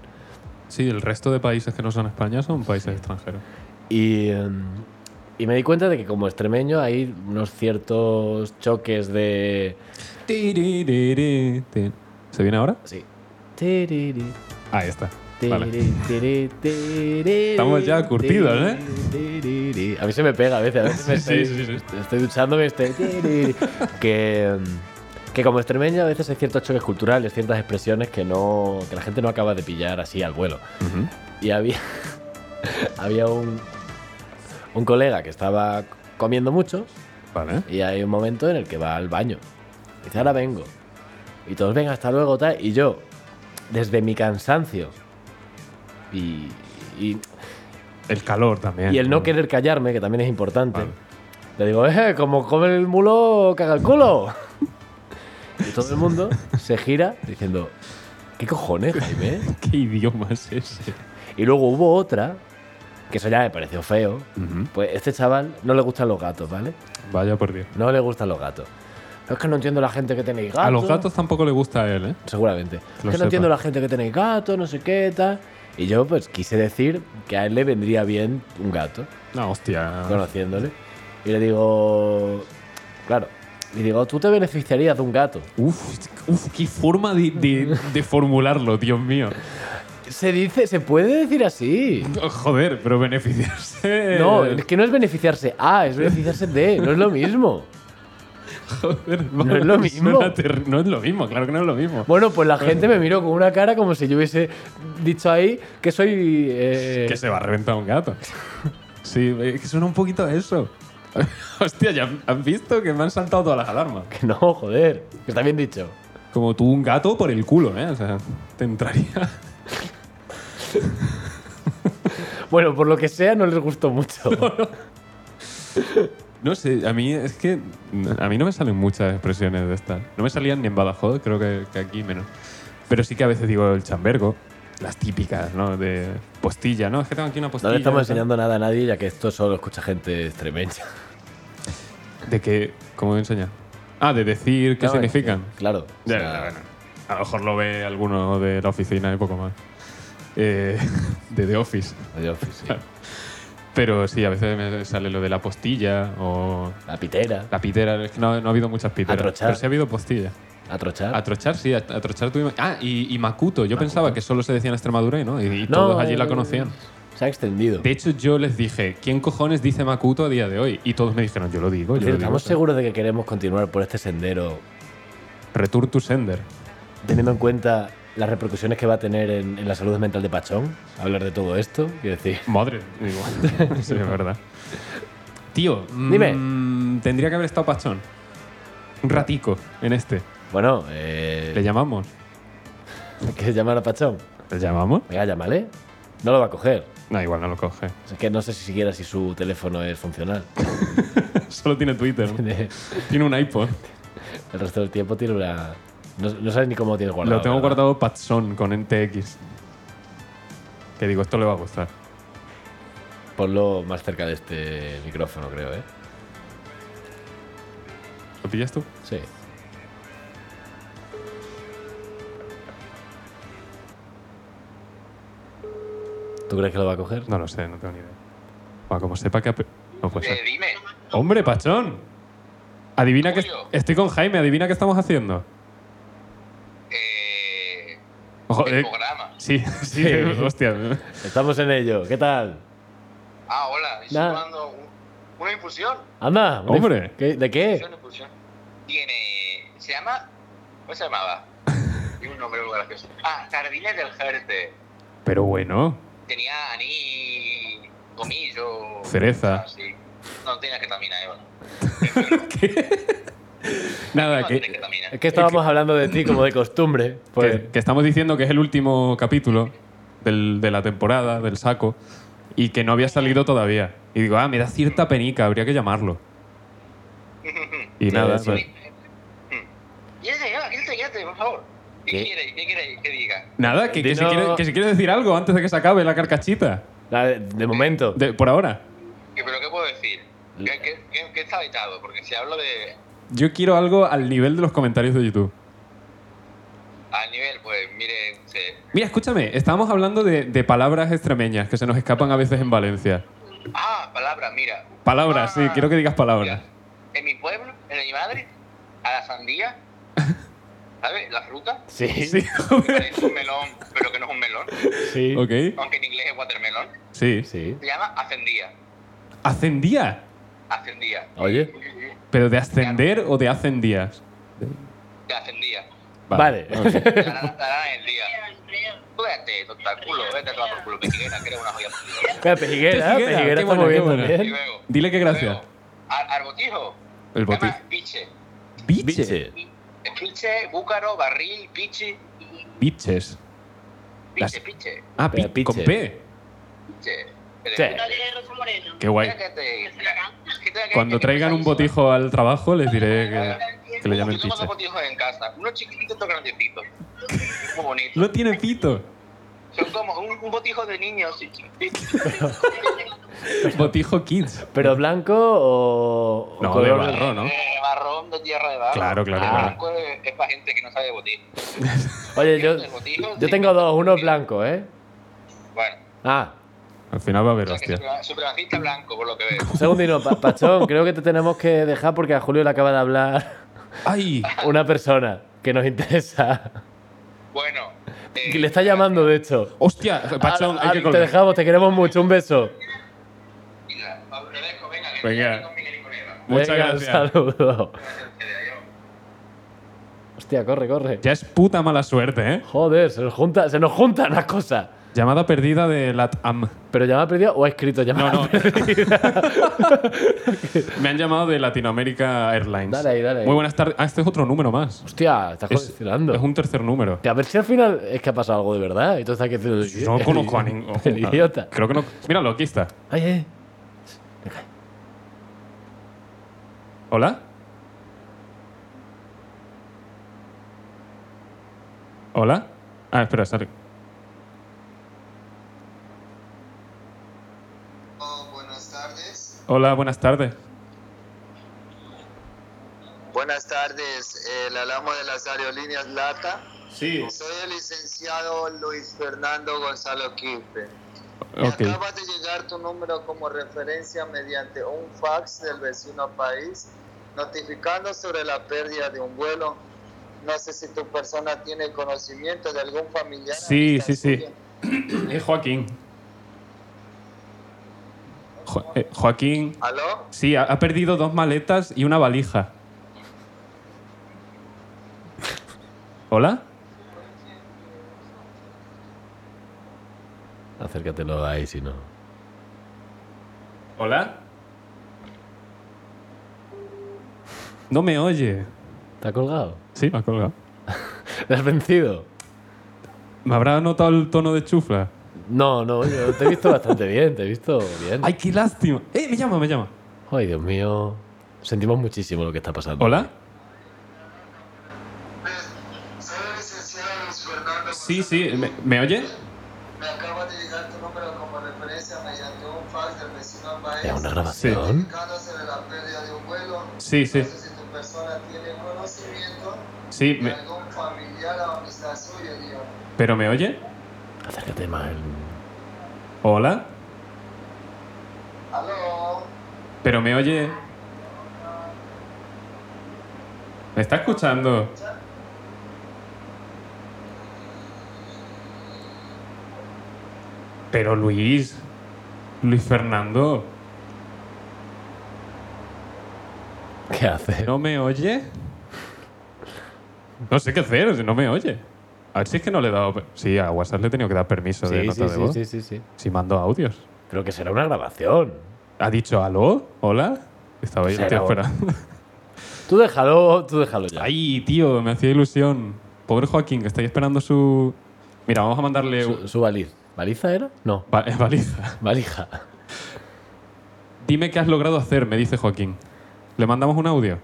Speaker 2: Sí, el resto de países que no son España son países extranjeros.
Speaker 1: Y, em, y me di cuenta de que como extremeño hay unos ciertos choques de...
Speaker 2: Tiririri, tin. ¿Se viene ahora?
Speaker 1: Sí. Tiriri,
Speaker 2: Ahí está.
Speaker 1: tiri,
Speaker 2: Vale.
Speaker 1: tiri, tiri,
Speaker 2: Estamos ya curtidos, ¿eh?
Speaker 1: tiri, tiri. A mí se me pega a veces. A veces me
Speaker 2: Sí,
Speaker 1: estoy,
Speaker 2: sí, sí,
Speaker 1: estoy duchándome y estoy... tiri. que, em, que como extremeño a veces hay ciertos choques culturales, ciertas expresiones que, no, que la gente no acaba de pillar así al vuelo.
Speaker 2: Ujú.
Speaker 1: Y había, había un, un colega que estaba comiendo mucho
Speaker 2: Vale.
Speaker 1: y hay un momento en el que va al baño. Dice, ahora vengo. Y todos, venga, hasta luego, tal. Y yo, desde mi cansancio y, y,
Speaker 2: El calor también.
Speaker 1: y el no querer callarme, que también es importante, le digo, eh, como come el mulo, caga el culo. y todo el mundo se gira diciendo, ¿qué cojones, Jaime?
Speaker 2: ¿Qué idioma es ese?
Speaker 1: Y luego hubo otra, que eso ya me pareció feo.
Speaker 2: Ujú.
Speaker 1: Pues este chaval no le gustan los gatos, ¿vale?
Speaker 2: Vaya por Dios.
Speaker 1: No le gustan los gatos. Es que no entiendo la gente que tenéis gatos.
Speaker 2: A los gatos tampoco le gusta a él, ¿eh?
Speaker 1: Seguramente. Es que
Speaker 2: Lo
Speaker 1: no
Speaker 2: sepa.
Speaker 1: entiendo la gente que tenéis gatos, no sé qué, tal. Y yo, pues, quise decir que a él le vendría bien un gato,
Speaker 2: No, hostia.
Speaker 1: conociéndole. Y le digo. Claro. Y digo, tú te beneficiarías de un gato.
Speaker 2: Uf, uf, qué forma de, de- de formularlo, Dios mío.
Speaker 1: Se dice, se puede decir así.
Speaker 2: Joder, pero beneficiarse.
Speaker 1: No, es que no es beneficiarse a, es beneficiarse de, no es lo mismo.
Speaker 2: Joder,
Speaker 1: no es lo mismo.
Speaker 2: suena terri- No es lo mismo, claro que no es lo mismo.
Speaker 1: Bueno, pues la gente me miró con una cara como si yo hubiese dicho ahí que soy. eh,
Speaker 2: Que se va a reventar un gato. Sí, es que suena un poquito a eso. Hostia, ya han visto que me han saltado todas las alarmas.
Speaker 1: que no, joder. Que está bien dicho.
Speaker 2: Como tú un gato por el culo, ¿eh? O sea, te entraría.
Speaker 1: Bueno, por lo que sea, no les gustó mucho.
Speaker 2: No sé, a mí es que a mí no me salen muchas expresiones de estas. No me salían ni en Badajoz, creo que, que aquí menos. Pero sí que a veces digo el chambergo, las típicas, ¿no? De postilla, ¿no? Es que tengo aquí una
Speaker 1: No
Speaker 2: postilla.
Speaker 1: le estamos
Speaker 2: ¿no?
Speaker 1: enseñando nada a nadie, ya que esto solo escucha gente extremeña.
Speaker 2: De que, ¿cómo me enseña? Ah, de decir qué
Speaker 1: Claro,
Speaker 2: significan.
Speaker 1: eh, Claro. o
Speaker 2: Ya,
Speaker 1: sea,
Speaker 2: ya, bueno. A lo mejor lo ve alguno de la oficina y poco más. Eh, de The Office.
Speaker 1: adiós, pues, sí.
Speaker 2: Pero sí, a veces me sale lo de la postilla o
Speaker 1: La pitera,
Speaker 2: la pitera. Es que no, no ha habido muchas piteras.
Speaker 1: Atrochar.
Speaker 2: Pero sí ha habido postilla.
Speaker 1: atrochar.
Speaker 2: Atrochar, sí, at- atrochar tuvimos. Ah, y, y Makuto. Yo pensaba que solo se decía en Extremadura y no, y, y todos allí la
Speaker 1: eh,
Speaker 2: conocían.
Speaker 1: Se ha extendido.
Speaker 2: De hecho, yo les dije, ¿quién cojones dice Makuto a día de hoy? Y todos me dijeron, yo lo
Speaker 1: Por
Speaker 2: digo, yo lo
Speaker 1: cierto,
Speaker 2: digo.
Speaker 1: ¿Estamos seguros de que queremos continuar por este sendero
Speaker 2: Return to Sender.
Speaker 1: Teniendo en cuenta las repercusiones que va a tener en, en la salud mental de Pachón, hablar de todo esto, quiero decir.
Speaker 2: Madre, igual. sí, es verdad. Tío, mm,
Speaker 1: Dime.
Speaker 2: Tendría que haber estado Pachón. Un ratico en este.
Speaker 1: Bueno, eh,
Speaker 2: ¿Le llamamos?
Speaker 1: ¿quieres llamar a Pachón?
Speaker 2: ¿Le llamamos?
Speaker 1: Venga, llámale. No lo va a coger.
Speaker 2: No, igual no lo coge.
Speaker 1: Es que no sé si siquiera si su teléfono es funcional.
Speaker 2: Solo tiene Twitter.
Speaker 1: El
Speaker 2: tiene un iPod.
Speaker 1: resto del tiempo tiene una. No, no sabes ni cómo lo tienes guardado.
Speaker 2: lo tengo
Speaker 1: ¿verdad?
Speaker 2: guardado Patson con NTX. Que digo, esto le va a gustar.
Speaker 1: Ponlo más cerca de este micrófono, creo, ¿eh?
Speaker 2: ¿Lo pillas tú?
Speaker 1: Sí. ¿Tú crees que lo va a coger?
Speaker 2: Pues No lo sé, no tengo ni idea. Bueno, como sepa que... ape- No puede
Speaker 4: Eh,
Speaker 2: ser.
Speaker 4: dime.
Speaker 2: ¡Hombre, Pachón! Adivina que...
Speaker 4: Julio.
Speaker 2: Estoy con Jaime, adivina qué estamos haciendo.
Speaker 4: Eh,
Speaker 2: Ojo,
Speaker 4: el
Speaker 2: eh,
Speaker 4: programa.
Speaker 2: Sí, sí, hostia.
Speaker 1: Estamos en ello. ¿Qué tal?
Speaker 4: Ah, hola. Estoy
Speaker 1: Nada.
Speaker 4: tomando un- una infusión.
Speaker 1: Anda. una-
Speaker 2: Hombre.
Speaker 1: ¿Qué- ¿De qué?
Speaker 4: Infusión, infusión. Tiene. Se llama. ¿Cómo se llamaba? Tiene un nombre muy gracioso. Ah, Jardines del Jerte.
Speaker 2: Pero bueno,
Speaker 4: Tenía anís, comillo.
Speaker 2: Cereza.
Speaker 4: cosas así. No, tenía ketamina, Eva.
Speaker 2: nada,
Speaker 4: No,
Speaker 2: Ah, que,
Speaker 4: tiene ketamina.
Speaker 1: Es que eh, estábamos hablando de ti como de costumbre. Pues
Speaker 2: que, que estamos diciendo que es el último capítulo del- de la temporada, del saco, y que no había salido todavía. Y digo, ah, me da cierta penica, habría que llamarlo. Y
Speaker 1: Tío,
Speaker 2: nada,
Speaker 1: sí.
Speaker 2: pues,
Speaker 4: eh, Quédate, hmm. Eva, quédate, quédate, por favor. ¿Qué,
Speaker 1: ¿Qué?
Speaker 4: quieres? ¿Qué quieres que diga?
Speaker 2: nada, que, que si
Speaker 1: Dino-
Speaker 2: quiere, que si quiere decir algo antes de que se acabe la carcachita,
Speaker 1: nada, de- de momento.
Speaker 2: de- por ahora.
Speaker 4: ¿Qué- ¿Pero qué puedo decir? ¿Qué, qué, qué, qué está habitado? Porque si hablo de.
Speaker 2: Yo quiero algo al nivel de los comentarios de YouTube.
Speaker 4: al nivel, pues mire, se-
Speaker 2: Mira, escúchame, estábamos hablando de, de palabras extremeñas que se nos escapan a veces en Valencia.
Speaker 4: Ah, palabras, mira.
Speaker 2: Palabras, sí,
Speaker 4: Ah,
Speaker 2: quiero que digas palabras.
Speaker 4: mira, En mi pueblo, en mi madre, a la sandía, ¿sabes? La fruta.
Speaker 1: Sí.
Speaker 2: Sí, joder.
Speaker 4: Es un melón, pero que no es un melón,
Speaker 1: Sí.
Speaker 2: ok,
Speaker 4: aunque en inglés es watermelon.
Speaker 2: sí.
Speaker 1: Sí.
Speaker 4: Se llama ascendía.
Speaker 2: Ascendía.
Speaker 4: Ascendía.
Speaker 1: Oye.
Speaker 2: ¿Pero de ascender o de hacen días?
Speaker 4: Te ascendía.
Speaker 1: Vale.
Speaker 2: ok.
Speaker 4: La lana- la lana del día. Tú vete, total culo, vete a tomar por culo, pequeña, que eres una joya.
Speaker 1: Espera, Pejiguera,
Speaker 2: Pejiguera,
Speaker 1: Pejiguera
Speaker 2: qué
Speaker 1: está
Speaker 2: buena,
Speaker 1: muy bien
Speaker 2: qué buena.
Speaker 4: Y
Speaker 1: también.
Speaker 4: luego.
Speaker 2: Dile que gracias.
Speaker 4: luego, Ar arbotijo.
Speaker 2: El
Speaker 4: Se llama
Speaker 2: botijo.
Speaker 4: Biche.
Speaker 2: Biche.
Speaker 4: Biche, búcaro, barril, biche.
Speaker 2: Biches. Las-
Speaker 4: Biche, biche.
Speaker 2: Ah, pi-
Speaker 1: Pero piche.
Speaker 2: con P.
Speaker 4: Che.
Speaker 1: Che.
Speaker 2: Qué guay.
Speaker 4: ¿eh?
Speaker 2: Cuando traigan un botijo al trabajo les diré que, que le llamen
Speaker 4: Yo tengo
Speaker 2: piche.
Speaker 4: dos botijos en casa, uno chiquitito y otro grandecito. Muy bonito.
Speaker 2: No tiene pito.
Speaker 4: Son como un, un botijo de niños. y chiquitito.
Speaker 2: Botijo kids.
Speaker 1: ¿Pero blanco o.? o
Speaker 2: No, de
Speaker 1: color
Speaker 2: barro, ¿no?
Speaker 4: Eh, barrón de tierra de barro.
Speaker 2: Claro, claro,
Speaker 4: Ah,
Speaker 2: claro.
Speaker 4: blanco es, es para gente que no sabe de botijo.
Speaker 1: Oye, yo,
Speaker 4: El botijo,
Speaker 1: yo
Speaker 4: sí.
Speaker 1: tengo dos, uno blanco, ¿eh?
Speaker 4: Bueno,
Speaker 1: Ah,
Speaker 2: Al final va a
Speaker 4: o
Speaker 2: haber
Speaker 4: sea que
Speaker 2: hostia.
Speaker 4: supra- supremacista blanco, por lo que veo.
Speaker 1: un segundino, Pa- Pachón, creo que te tenemos que dejar porque a Julio le acaba de hablar
Speaker 2: ¡Ay!
Speaker 1: una persona que nos interesa.
Speaker 4: Bueno. eh,
Speaker 1: Que le está llamando, de hecho.
Speaker 2: ¡Hostia! Pachón,
Speaker 1: Ah,
Speaker 2: hay
Speaker 1: ah,
Speaker 2: que
Speaker 1: te
Speaker 2: colgar.
Speaker 1: dejamos, te queremos mucho, un beso.
Speaker 4: mira, Pablo, te dejo, venga, que
Speaker 2: Venga.
Speaker 4: te voy con Miguel y con Eva.
Speaker 2: Muchas
Speaker 1: Venga,
Speaker 2: gracias.
Speaker 1: Un saludo.
Speaker 4: Gracias, que de ahí vamos.
Speaker 1: Hostia, corre, corre.
Speaker 2: Ya es puta mala suerte, ¿eh?
Speaker 1: Joder, se nos, junta, se nos juntan las cosas.
Speaker 2: Llamada perdida de LatAm.
Speaker 1: ¿Pero llamada perdida o ha escrito llamada
Speaker 2: No, no.
Speaker 1: perdida?
Speaker 2: Me han llamado de Latinoamérica Airlines.
Speaker 1: Dale ahí, dale ahí.
Speaker 2: Muy buenas tardes. Ah, este es otro número más.
Speaker 1: Hostia, estás
Speaker 2: Es,
Speaker 1: condicionando.
Speaker 2: es un tercer número.
Speaker 1: Que A ver si al final es que ha pasado algo de verdad. Entonces hay que decir,
Speaker 2: Yo no
Speaker 1: el-
Speaker 2: conozco a ningún.
Speaker 1: El idiota.
Speaker 2: Creo que no. Míralo, aquí está.
Speaker 1: Ay, eh.
Speaker 2: ¿Hola? ¿Hola? Ah, espera, sorry.
Speaker 5: buenas tardes.
Speaker 2: Hola, buenas tardes.
Speaker 5: Buenas tardes, el alamo de las aerolíneas Lata.
Speaker 2: Sí.
Speaker 5: Soy el licenciado Luis Fernando Gonzalo Quispe. Me
Speaker 2: Ok.
Speaker 5: Acaba de llegar tu número como referencia mediante un fax del vecino país notificando sobre la pérdida de un vuelo. No sé si tu persona tiene conocimiento de algún familiar.
Speaker 2: Sí,
Speaker 5: amistad
Speaker 2: sí, sí.
Speaker 5: suya.
Speaker 2: Es Joaquín. Jo- eh, Joaquín.
Speaker 5: ¿Aló?
Speaker 2: Sí, ha, ha perdido dos maletas y una valija. ¿Hola?
Speaker 1: Acércatelo ahí si no.
Speaker 2: ¿Hola? No me oye.
Speaker 1: ¿Te ha colgado?
Speaker 2: Sí, me ha colgado.
Speaker 1: ¿Le has vencido?
Speaker 2: ¿Me habrá notado el tono de chufla?
Speaker 1: No, no, yo te he visto bastante bien, te he visto bien.
Speaker 2: ¡Ay, qué lástima! ¡Eh, me llama, me llama!
Speaker 1: Ay, Dios mío. Sentimos muchísimo lo que está pasando.
Speaker 2: ¿Hola?
Speaker 5: Soy el licenciado Luis Fernando.
Speaker 2: Sí, sí, ¿me, me oye?
Speaker 5: Me acaba de llegar tu número como referencia mediante un fax del vecino país.
Speaker 1: ¿Es una grabación?
Speaker 5: Notificando sobre la pérdida de un vuelo.
Speaker 2: Sí, sí.
Speaker 5: No sé si tu persona tiene conocimiento
Speaker 2: Sí,
Speaker 5: de
Speaker 2: me-
Speaker 5: algún familiar o amistad suya, digo.
Speaker 2: ¿pero me oye?
Speaker 1: Acércate más.
Speaker 2: ¿Hola?
Speaker 5: Aló.
Speaker 2: ¿Pero me oye? ¿Me está escuchando? Pero Luis, Luis Fernando,
Speaker 1: ¿Qué hace?
Speaker 2: ¿no me oye? No sé qué hacer, si no me oye. A ver si es que no le he dado... per- Sí, a WhatsApp le he tenido que dar permiso de
Speaker 1: Sí,
Speaker 2: nota
Speaker 1: sí,
Speaker 2: de
Speaker 1: sí,
Speaker 2: voz.
Speaker 1: sí, sí, sí.
Speaker 2: Si mando audios.
Speaker 1: Pero que será una grabación.
Speaker 2: ¿Ha dicho aló? ¿Hola? Estaba yo
Speaker 1: Será
Speaker 2: espera.
Speaker 1: Tú déjalo, tú déjalo ya.
Speaker 2: Ay, tío, me hacía ilusión. Pobre Joaquín, que está ahí esperando su... Mira, vamos a mandarle...
Speaker 1: Su, su baliz. ¿Baliza era? No,
Speaker 2: Va- eh, baliza.
Speaker 1: valija.
Speaker 2: Dime qué has logrado hacer, me dice Joaquín. ¿Le mandamos un audio?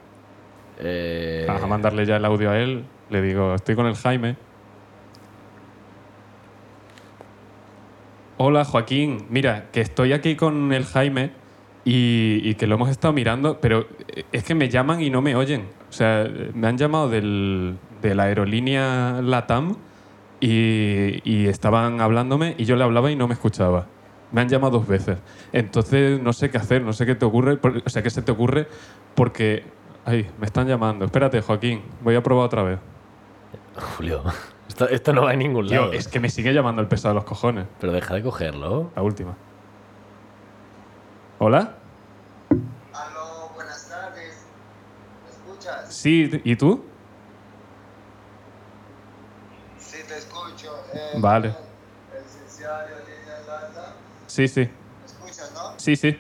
Speaker 1: Eh,
Speaker 2: Vamos a mandarle ya el audio a él. Le digo, estoy con el Jaime. Hola, Joaquín. Mira, que estoy aquí con el Jaime y, y que lo hemos estado mirando, pero eh, es que me llaman y no me oyen. O sea, eh, me han llamado del, de la aerolínea LATAM y, y estaban hablándome y yo le hablaba y no me escuchaba. Me han llamado dos veces. Entonces no sé qué hacer, no sé qué te ocurre, por- o sea, qué se te ocurre porque... Ay, me están llamando. Espérate, Joaquín. Voy a probar otra vez.
Speaker 1: Julio, esto, esto no va a ningún
Speaker 2: Tío,
Speaker 1: lado.
Speaker 2: es que me sigue llamando el pesado de los cojones.
Speaker 1: Pero deja de cogerlo.
Speaker 2: La última. ¿Hola?
Speaker 5: Aló, buenas tardes. ¿Me escuchas?
Speaker 2: Sí, ¿y tú?
Speaker 5: Sí, te escucho. Eh,
Speaker 2: Vale.
Speaker 5: El licenciado Línea Landa.
Speaker 2: Sí, sí.
Speaker 5: ¿Me escuchas, no?
Speaker 2: Sí, sí.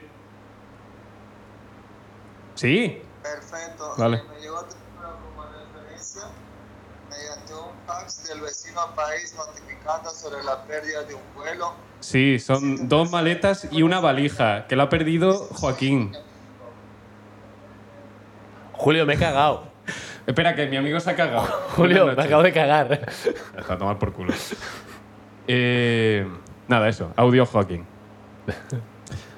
Speaker 2: Sí.
Speaker 5: Perfecto.
Speaker 2: Vale.
Speaker 5: Eh, me llegó tu número como referencia mediante un fax del vecino país notificando sobre la pérdida de un vuelo.
Speaker 2: Sí, son dos maletas y una valija que la ha perdido Joaquín.
Speaker 1: Julio, me he cagado.
Speaker 2: Espera, que mi amigo se ha cagado.
Speaker 1: Julio,
Speaker 2: Buenas
Speaker 1: me
Speaker 2: noches.
Speaker 1: acabo de cagar.
Speaker 2: Hasta tomar por culo. Eh, nada, eso. Audio Joaquín.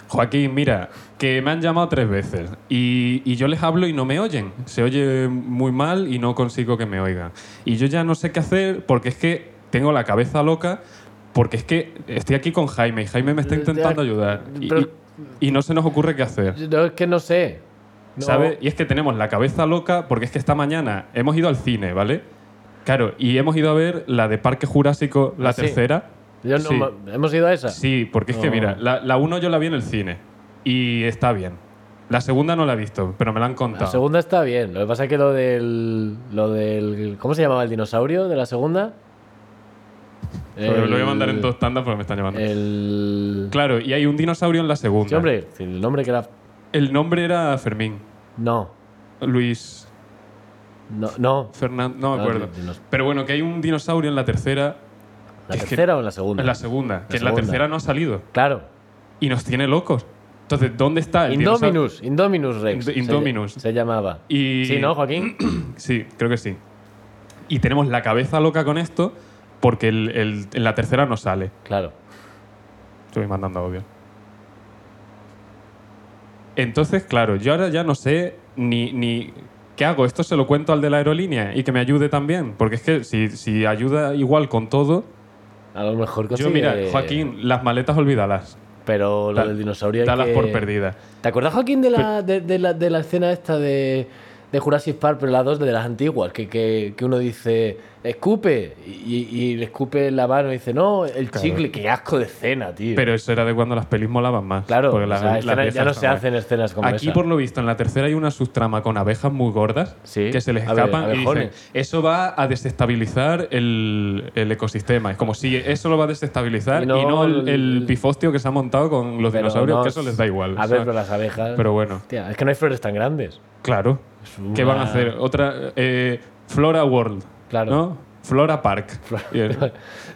Speaker 2: Joaquín, mira, que me han llamado tres veces y, y yo les hablo y no me oyen. Se oye muy mal y no consigo que me oigan. Y yo ya no sé qué hacer porque es que tengo la cabeza loca porque es que estoy aquí con Jaime y Jaime me está intentando ayudar. Y,
Speaker 1: Pero-
Speaker 2: y- y no se nos ocurre qué hacer.
Speaker 1: No, es que no sé. No.
Speaker 2: ¿Sabe? Y es que tenemos la cabeza loca porque es que esta mañana hemos ido al cine, ¿vale? Claro, y hemos ido a ver la de Parque Jurásico, la
Speaker 1: Ah, sí.
Speaker 2: tercera.
Speaker 1: Yo no
Speaker 2: sí.
Speaker 1: ma- ¿Hemos ido a esa?
Speaker 2: Sí, porque es que
Speaker 1: No.
Speaker 2: mira, la 1 yo la vi en el cine y está bien. La segunda no la he visto, pero me la han contado.
Speaker 1: La segunda está bien. Lo que pasa es que lo del. Lo del. ¿Cómo se llamaba el dinosaurio de la segunda?
Speaker 2: Pero lo voy a mandar en
Speaker 1: El-
Speaker 2: dos tandas porque me están llamando.
Speaker 1: El.
Speaker 2: Claro, y hay un dinosaurio en la segunda.
Speaker 1: Sí, hombre, si el nombre que era.
Speaker 2: El nombre era Fermín.
Speaker 1: No.
Speaker 2: Luis
Speaker 1: No. no.
Speaker 2: Fernández, no me
Speaker 1: Ah,
Speaker 2: acuerdo.
Speaker 1: dinos-
Speaker 2: Pero bueno, que hay un dinosaurio en la tercera,
Speaker 1: ¿La
Speaker 2: Es que-
Speaker 1: tercera o en la segunda?
Speaker 2: en la segunda, que en la
Speaker 1: segunda.
Speaker 2: tercera no ha salido.
Speaker 1: Claro.
Speaker 2: y nos tiene locos. Entonces, ¿dónde está Ah, el dinosaurio?
Speaker 1: Indominus. Indominus Rex.
Speaker 2: Ind-
Speaker 1: se-
Speaker 2: Indominus.
Speaker 1: Se, llamaba.
Speaker 2: Y-
Speaker 1: Sí, ¿no, Joaquín?
Speaker 2: Sí, creo que sí. Y tenemos la cabeza loca con esto porque el- el- en la tercera no sale.
Speaker 1: claro.
Speaker 2: Estoy mandando audio. Entonces, claro, yo ahora ya no sé ni, ni qué hago. Esto se lo cuento al de la aerolínea y que me ayude también. Porque es que si, si ayuda igual con todo...
Speaker 1: A lo mejor
Speaker 2: Yo,
Speaker 1: consigue...
Speaker 2: mira, Joaquín, las maletas olvídalas.
Speaker 1: Pero lo
Speaker 2: Da-
Speaker 1: del dinosaurio hay
Speaker 2: Dalas
Speaker 1: que-
Speaker 2: por perdida.
Speaker 1: ¿Te acuerdas, Joaquín, de la, de, de la, de la escena esta de, de Jurassic Park, pero las dos de las antiguas, que, que, que uno dice, escupe, y, y le escupe en la mano y dice, no, el
Speaker 2: Claro.
Speaker 1: chicle, qué asco de escena, tío.
Speaker 2: Pero eso era de cuando las pelis molaban más.
Speaker 1: claro,
Speaker 2: porque
Speaker 1: o
Speaker 2: las-
Speaker 1: sea,
Speaker 2: las
Speaker 1: escenas- ya
Speaker 2: viejas
Speaker 1: no se
Speaker 2: jamás.
Speaker 1: hacen escenas como
Speaker 2: Aquí,
Speaker 1: esa.
Speaker 2: por lo visto, en la tercera hay una subtrama con abejas muy gordas
Speaker 1: Sí,
Speaker 2: que se les
Speaker 1: a ver,
Speaker 2: escapan y dicen,
Speaker 1: abejones.
Speaker 2: eso va a desestabilizar el, el ecosistema. Es como si eso lo va a desestabilizar
Speaker 1: Y
Speaker 2: y
Speaker 1: no
Speaker 2: no, el,
Speaker 1: el-
Speaker 2: el pifostio que se ha montado con los
Speaker 1: Pero
Speaker 2: dinosaurios,
Speaker 1: no,
Speaker 2: que eso les da igual.
Speaker 1: A
Speaker 2: o sea,
Speaker 1: ver, pero las abejas.
Speaker 2: pero bueno.
Speaker 1: Hostia, es que no hay flores tan grandes.
Speaker 2: Claro.
Speaker 1: Es una-
Speaker 2: ¿Qué van a hacer? Otra. eh, Flora World.
Speaker 1: Claro.
Speaker 2: ¿no? Flora Park. Bien.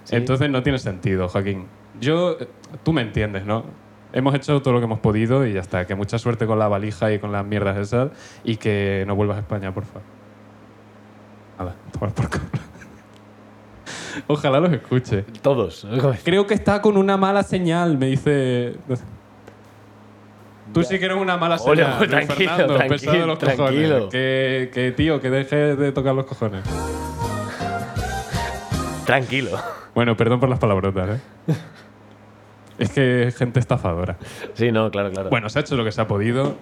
Speaker 1: Sí.
Speaker 2: Entonces no tiene sentido, Joaquín. Yo. eh, Tú me entiendes, ¿no? Hemos hecho todo lo que hemos podido y ya está. Que mucha suerte con la valija y con las mierdas esas. Y que no vuelvas a España, por favor. Nada, tomar por culo. Ojalá los escuche.
Speaker 1: Todos.
Speaker 2: Creo que está con una mala señal, me dice. Tú sí que eres una mala
Speaker 1: Ole,
Speaker 2: señal.
Speaker 1: pues,
Speaker 2: Luis
Speaker 1: tranquilo,
Speaker 2: Fernando,
Speaker 1: tranquilo,
Speaker 2: pesado de los
Speaker 1: tranquilo.
Speaker 2: cojones. Que, que, tío, que deje de tocar los cojones.
Speaker 1: Tranquilo.
Speaker 2: Bueno, perdón por las palabrotas, ¿eh? es que es gente estafadora.
Speaker 1: Sí, no, claro, claro.
Speaker 2: Bueno, se ha hecho lo que se ha podido.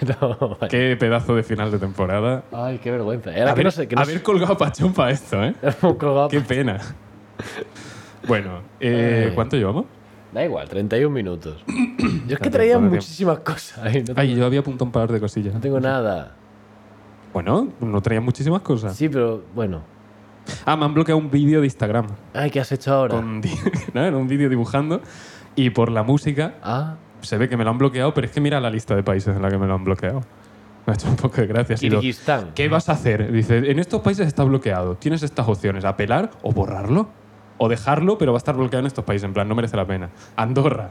Speaker 1: Pero, vale.
Speaker 2: Qué pedazo de final de temporada.
Speaker 1: Ay, qué vergüenza.
Speaker 2: A
Speaker 1: Era que
Speaker 2: ver-
Speaker 1: no sé, que no sé-
Speaker 2: Haber colgado pachón para esto, ¿eh?
Speaker 1: hemos colgado-
Speaker 2: Qué pena. Bueno, eh,
Speaker 1: Ay.
Speaker 2: ¿cuánto llevamos?
Speaker 1: Da igual, 31 minutos. Yo es que
Speaker 2: Tanto
Speaker 1: traía
Speaker 2: tiempo.
Speaker 1: muchísimas cosas. y no, tengo,
Speaker 2: Ay, yo había apuntado un par de cosillas.
Speaker 1: no tengo nada.
Speaker 2: Bueno, no traía muchísimas cosas.
Speaker 1: Sí, pero bueno.
Speaker 2: Ah, me han bloqueado un vídeo de Instagram.
Speaker 1: Ay, ¿qué has hecho ahora?
Speaker 2: Con di- ¿no? Era un vídeo dibujando. Y por la música
Speaker 1: Ah,
Speaker 2: se ve que me lo han bloqueado, pero es que mira la lista de países en la que me lo han bloqueado. Me ha hecho un poco de gracia. Ha sido,
Speaker 1: Kirguistán.
Speaker 2: ¿Qué vas a hacer? Dice, en estos países está bloqueado. Tienes estas opciones, apelar o borrarlo. O dejarlo, pero va a estar bloqueado en estos países. En plan, no merece la pena. Andorra.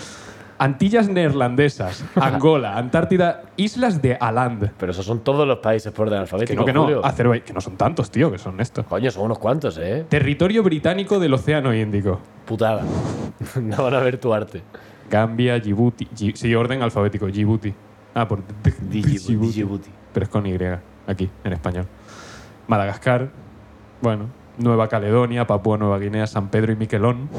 Speaker 2: Antillas neerlandesas. Angola. Antártida. Islas de Aland.
Speaker 1: Pero esos son todos los países por orden
Speaker 2: Que
Speaker 1: alfabético.
Speaker 2: no, que no.
Speaker 1: Julio.
Speaker 2: Azerbai- que no son tantos, tío, que son estos.
Speaker 1: Coño, son unos cuantos, ¿eh?
Speaker 2: Territorio británico del Océano Índico.
Speaker 1: Putada. no van a ver tu arte.
Speaker 2: Gambia, Djibouti. Dji- sí, orden alfabético, Djibouti. Ah, por
Speaker 1: Djibouti.
Speaker 2: Djibouti.
Speaker 1: Djibouti.
Speaker 2: Pero es con Y, aquí, en español. Madagascar, bueno, Nueva Caledonia, Papúa Nueva Guinea, San Pedro y Miquelón.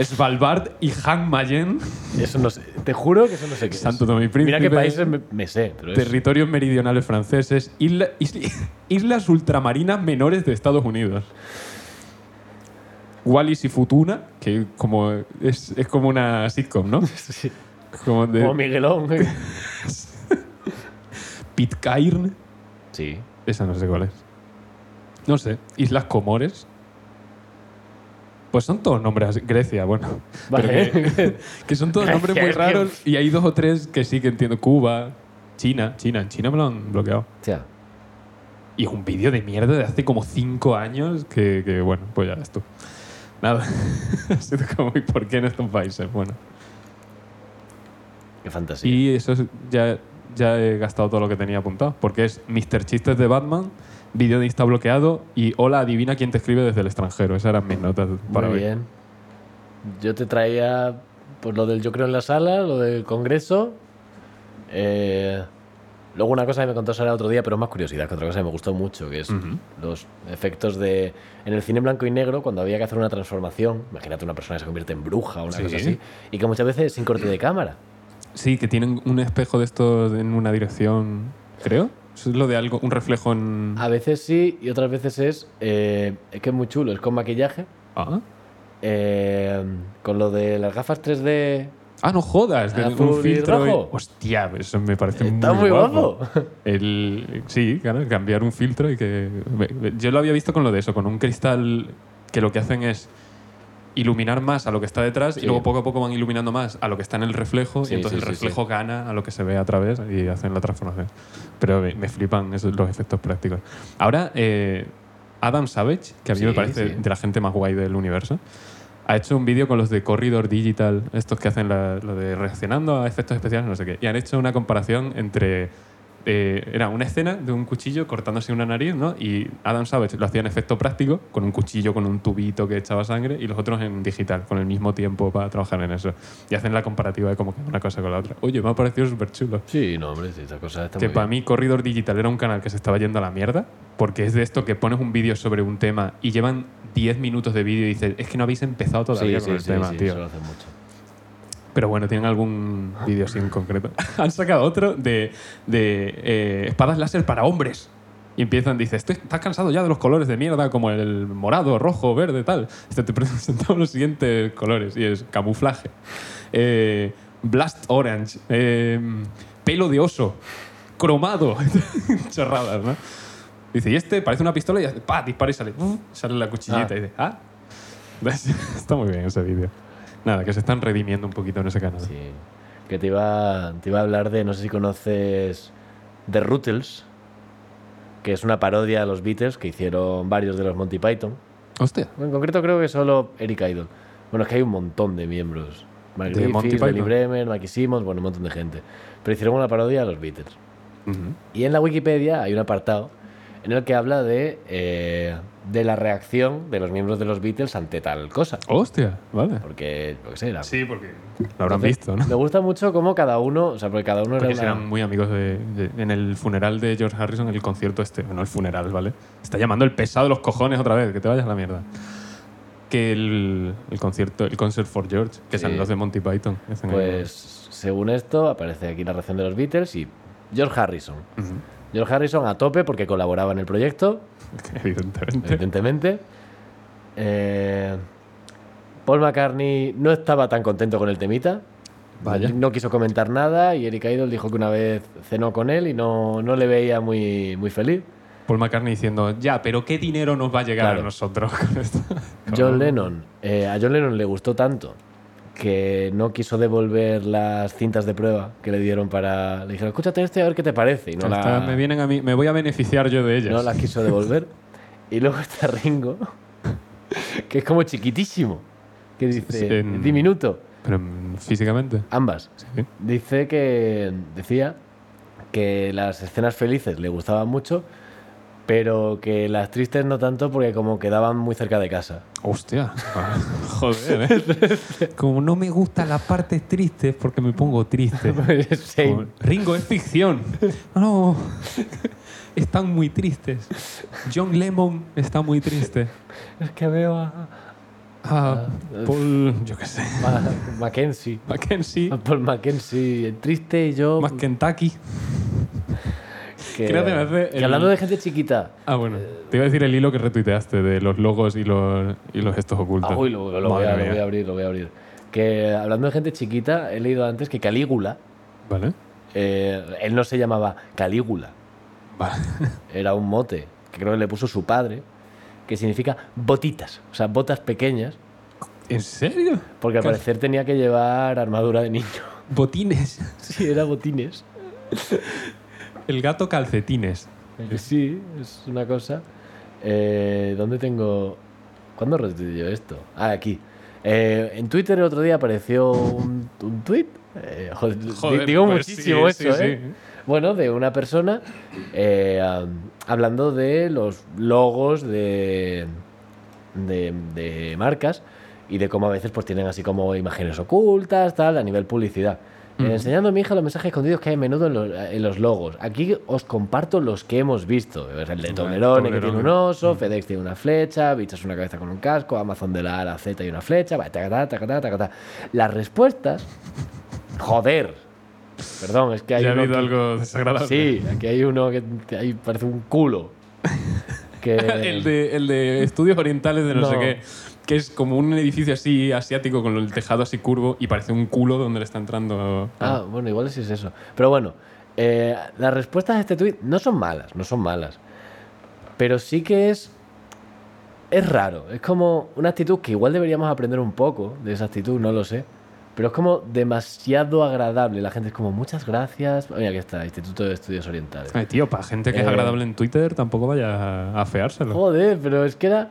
Speaker 2: Svalbard y Han Mayen,
Speaker 1: Eso no sé. Te juro que eso no sé qué es.
Speaker 2: Santo Tomé y
Speaker 1: Mira
Speaker 2: Príncipe.
Speaker 1: qué países me, me sé, pero es-
Speaker 2: territorios meridionales franceses, isla- is- islas ultramarinas menores de Estados Unidos. Wallis y Futuna, que como es, es como una sitcom, ¿no?
Speaker 1: Sí.
Speaker 2: Como de
Speaker 1: Como Miguelón. ¿eh?
Speaker 2: Pitcairn.
Speaker 1: sí.
Speaker 2: Esa no sé cuál es. No sé. Islas Comores. Pues son todos nombres así. Grecia, bueno.
Speaker 1: Vale.
Speaker 2: Pero que, que son todos
Speaker 1: Grecia,
Speaker 2: nombres muy
Speaker 1: Grecia.
Speaker 2: raros y hay dos o tres que sí que entiendo. Cuba, China. China, en China me lo han bloqueado.
Speaker 1: Hostia.
Speaker 2: Y es un vídeo de mierda de hace como cinco años que, que, bueno, pues ya ves tú. Nada. Ha sido como, ¿y por qué en estos países? Bueno.
Speaker 1: Qué fantasía.
Speaker 2: Y eso es- ya, ya he gastado todo lo que tenía apuntado. Porque es Mr. Chistes de Batman, vídeo de Insta bloqueado y hola, adivina quién te escribe desde el extranjero. Esas eran mis notas para
Speaker 1: Muy
Speaker 2: hoy.
Speaker 1: bien. Yo te traía pues, lo del yo creo en la sala, lo del congreso. eh, luego una cosa que me contó Sara otro día, pero es más curiosidad que otra cosa que me gustó mucho, que es
Speaker 2: Ujú.
Speaker 1: los efectos de... En el cine en blanco y negro, cuando había que hacer una transformación, imagínate una persona que se convierte en bruja o una
Speaker 2: Sí.
Speaker 1: cosa así, y que muchas veces es sin corte de cámara.
Speaker 2: Sí, que tienen un espejo de estos en una dirección, creo. Eso es lo de algo, un reflejo en.
Speaker 1: A veces sí y otras veces es... eh, es que es muy chulo, es con maquillaje,
Speaker 2: Ah,
Speaker 1: eh, con lo de las gafas 3D...
Speaker 2: Ah, no jodas, de
Speaker 1: Azul y
Speaker 2: un filtro. y-
Speaker 1: rojo.
Speaker 2: Hostia, eso me parece
Speaker 1: Está muy guapo.
Speaker 2: El, sí, claro, cambiar un filtro y que... Yo lo había visto con lo de eso, con un cristal que lo que hacen es iluminar más a lo que está detrás
Speaker 1: Sí.
Speaker 2: y luego poco a poco van iluminando más a lo que está en el reflejo
Speaker 1: Sí,
Speaker 2: y entonces
Speaker 1: sí,
Speaker 2: el
Speaker 1: sí, sí.
Speaker 2: reflejo gana a lo que se ve a través y hacen la transformación. Pero me, me flipan esos, los efectos prácticos. Ahora, eh, Adam Savage, que a mí
Speaker 1: Sí,
Speaker 2: me parece
Speaker 1: sí.
Speaker 2: de la gente más guay del universo, ha hecho un vídeo con los de Corridor Digital, estos que hacen la- lo de reaccionando a efectos especiales, no sé qué, y han hecho una comparación entre... eh, era una escena de un cuchillo cortándose una nariz, ¿no? Y Adam Savage lo hacía en efecto práctico, con un cuchillo, con un tubito que echaba sangre, y los otros en digital, con el mismo tiempo para trabajar en eso. Y hacen la comparativa de cómo queda una cosa con la otra. Oye, me ha parecido súper chulo.
Speaker 1: Sí, no, hombre, sí, esa cosa está
Speaker 2: Que
Speaker 1: muy
Speaker 2: para
Speaker 1: bien.
Speaker 2: mí Corridor Digital era un canal que se estaba yendo a la mierda, porque es de esto que pones un vídeo sobre un tema y llevan 10 minutos de vídeo y dices, es que no habéis empezado todavía
Speaker 1: sí,
Speaker 2: con el
Speaker 1: sí,
Speaker 2: tema,
Speaker 1: sí,
Speaker 2: tío.
Speaker 1: eso lo hacen mucho.
Speaker 2: Pero bueno, ¿tienen algún vídeo así en concreto? Han sacado otro de, de, eh, espadas láser para hombres. Y empiezan, dice, estoy, estás cansado ya de los colores de mierda, como el morado, rojo, verde, tal. Dice, te presentamos los siguientes colores. Y es camuflaje. eh, blast orange. eh, pelo de oso. Cromado. Chorradas, ¿no? Dice, y este parece una pistola y hace, pa, dispara y sale. uf, sale la cuchillita
Speaker 1: Ah.
Speaker 2: y dice, ah. ¿Ves? Está muy bien ese vídeo. Nada, que se están redimiendo un poquito en ese canal.
Speaker 1: Sí. Que te iba, te iba a hablar de, no sé si conoces The Rutles, que es una parodia a los Beatles que hicieron varios de los Monty Python.
Speaker 2: Hostia.
Speaker 1: En concreto creo que solo Eric Idle. Bueno, es que hay un montón de miembros. Mike
Speaker 2: De Monty
Speaker 1: Griffith, Benny
Speaker 2: Python.
Speaker 1: Bremer, Mackie Simmons, bueno, un montón de gente. Pero hicieron una parodia a los Beatles.
Speaker 2: Ujú.
Speaker 1: Y en la Wikipedia hay un apartado en el que habla de, eh, de la reacción de los miembros de los Beatles ante tal cosa.
Speaker 2: Hostia, vale.
Speaker 1: Porque, lo que sé, era...
Speaker 2: Sí, porque lo habrán
Speaker 1: Entonces,
Speaker 2: visto, ¿no?
Speaker 1: Me gusta mucho cómo cada uno, o sea, porque cada uno era
Speaker 2: Porque
Speaker 1: una-
Speaker 2: eran muy amigos de, de- En el funeral de George Harrison, el concierto este. Bueno, el funeral, ¿vale? Está llamando el pesado de los cojones otra vez, que te vayas a la mierda. Que el, el concierto, el Concert for George, que
Speaker 1: Sí.
Speaker 2: son los de Monty Python. que hacen ahí.
Speaker 1: Pues según esto, aparece aquí la reacción de los Beatles y George Harrison.
Speaker 2: Ujú.
Speaker 1: George Harrison a tope porque colaboraba en el proyecto,
Speaker 2: Evidentemente.
Speaker 1: evidentemente. Eh, Paul McCartney no estaba tan contento con el temita.
Speaker 2: Vaya.
Speaker 1: No quiso comentar nada y Eric Idle dijo que una vez cenó con él y no, no le veía muy, muy feliz.
Speaker 2: Paul McCartney diciendo, ya, pero ¿qué dinero nos va a llegar a
Speaker 1: Claro.
Speaker 2: nosotros con esto?
Speaker 1: John Lennon, eh, a John Lennon le gustó tanto que no quiso devolver las cintas de prueba que le dieron para. Le dijeron, escúchate este a ver qué te parece. Y no, la,
Speaker 2: Hasta me vienen a mí, me voy a beneficiar yo de ellas.
Speaker 1: no las quiso devolver. y luego está Ringo, que es como chiquitísimo, que dice,
Speaker 2: sí, en-
Speaker 1: diminuto,
Speaker 2: Pero mm, físicamente.
Speaker 1: ambas.
Speaker 2: Sí.
Speaker 1: Dice que. Decía que las escenas felices le gustaban mucho, pero que las tristes no tanto porque como quedaban muy cerca de casa.
Speaker 2: Hostia. Joder, ¿eh? Como no me gustan las partes tristes porque me pongo triste.
Speaker 1: Same.
Speaker 2: Como, Ringo es ficción. No. Están muy tristes. John Lemon está muy triste.
Speaker 1: Es que veo a,
Speaker 2: Ah, Paul, yo qué sé.
Speaker 1: Ma- Mackenzie.
Speaker 2: Mackenzie.
Speaker 1: A Paul Mackenzie, el triste y yo.
Speaker 2: Más Kentucky.
Speaker 1: que,
Speaker 2: creo que me hace
Speaker 1: que
Speaker 2: el-
Speaker 1: hablando de gente chiquita.
Speaker 2: Ah, bueno.
Speaker 1: Eh,
Speaker 2: Te iba a decir el hilo que retuiteaste de los logos y los, y los gestos ocultos.
Speaker 1: Ah, uy, lo, lo voy a,
Speaker 2: Madre
Speaker 1: lo
Speaker 2: mía.
Speaker 1: voy a abrir, lo voy a abrir. Que hablando de gente chiquita, he leído antes que Calígula.
Speaker 2: Vale.
Speaker 1: eh, él no se llamaba Calígula,
Speaker 2: Vale.
Speaker 1: era un mote que creo que le puso su padre, que significa botitas, o sea, botas pequeñas,
Speaker 2: ¿En serio?
Speaker 1: porque al
Speaker 2: Cal-
Speaker 1: parecer tenía que llevar armadura de niño.
Speaker 2: Botines.
Speaker 1: Sí, era botines.
Speaker 2: El gato calcetines.
Speaker 1: Sí, es una cosa. Eh, ¿Dónde tengo.? ¿Cuándo retuiteé yo esto? Ah, aquí. Eh, en Twitter el otro día apareció un, un tweet. Eh, joder, di-
Speaker 2: Joder,
Speaker 1: digo
Speaker 2: pues
Speaker 1: muchísimo
Speaker 2: sí,
Speaker 1: eso,
Speaker 2: sí,
Speaker 1: ¿eh? Bueno, de una persona eh, am, hablando de los logos de, de, de marcas y de cómo a veces pues tienen así como imágenes ocultas, tal, a nivel publicidad. Eh, enseñando a mi hija los mensajes escondidos que hay a menudo en los, en los logos. Aquí os comparto los que hemos visto. El de
Speaker 2: Vale,
Speaker 1: Toblerone, que tiene
Speaker 2: Toblerone.
Speaker 1: un oso, FedEx tiene una flecha, Bichas una cabeza con un casco, Amazon de la A a la Z y una flecha, va, tacatá, tacatá, tacatá. Las respuestas... ¡Joder! Perdón, es que hay
Speaker 2: Ya ha
Speaker 1: uno
Speaker 2: habido
Speaker 1: que-
Speaker 2: algo desagradable.
Speaker 1: Sí, aquí hay uno que que ahí parece un culo. Que...
Speaker 2: el, de, el de estudios orientales de no,
Speaker 1: No.
Speaker 2: sé qué, que es como un edificio así asiático con el tejado así curvo y parece un culo donde le está entrando.
Speaker 1: Ah, bueno, igual sí es eso. Pero bueno, eh, las respuestas a este tuit no son malas, no son malas. Pero sí que es. Es raro. Es como una actitud que igual deberíamos aprender un poco de esa actitud, no lo sé. Pero es como demasiado agradable. La gente es como, muchas gracias. Mira, aquí está, Instituto de Estudios Orientales.
Speaker 2: Ay, tío, para gente que es
Speaker 1: Eh.
Speaker 2: agradable en Twitter tampoco vaya a feárselo.
Speaker 1: Joder, pero es que era.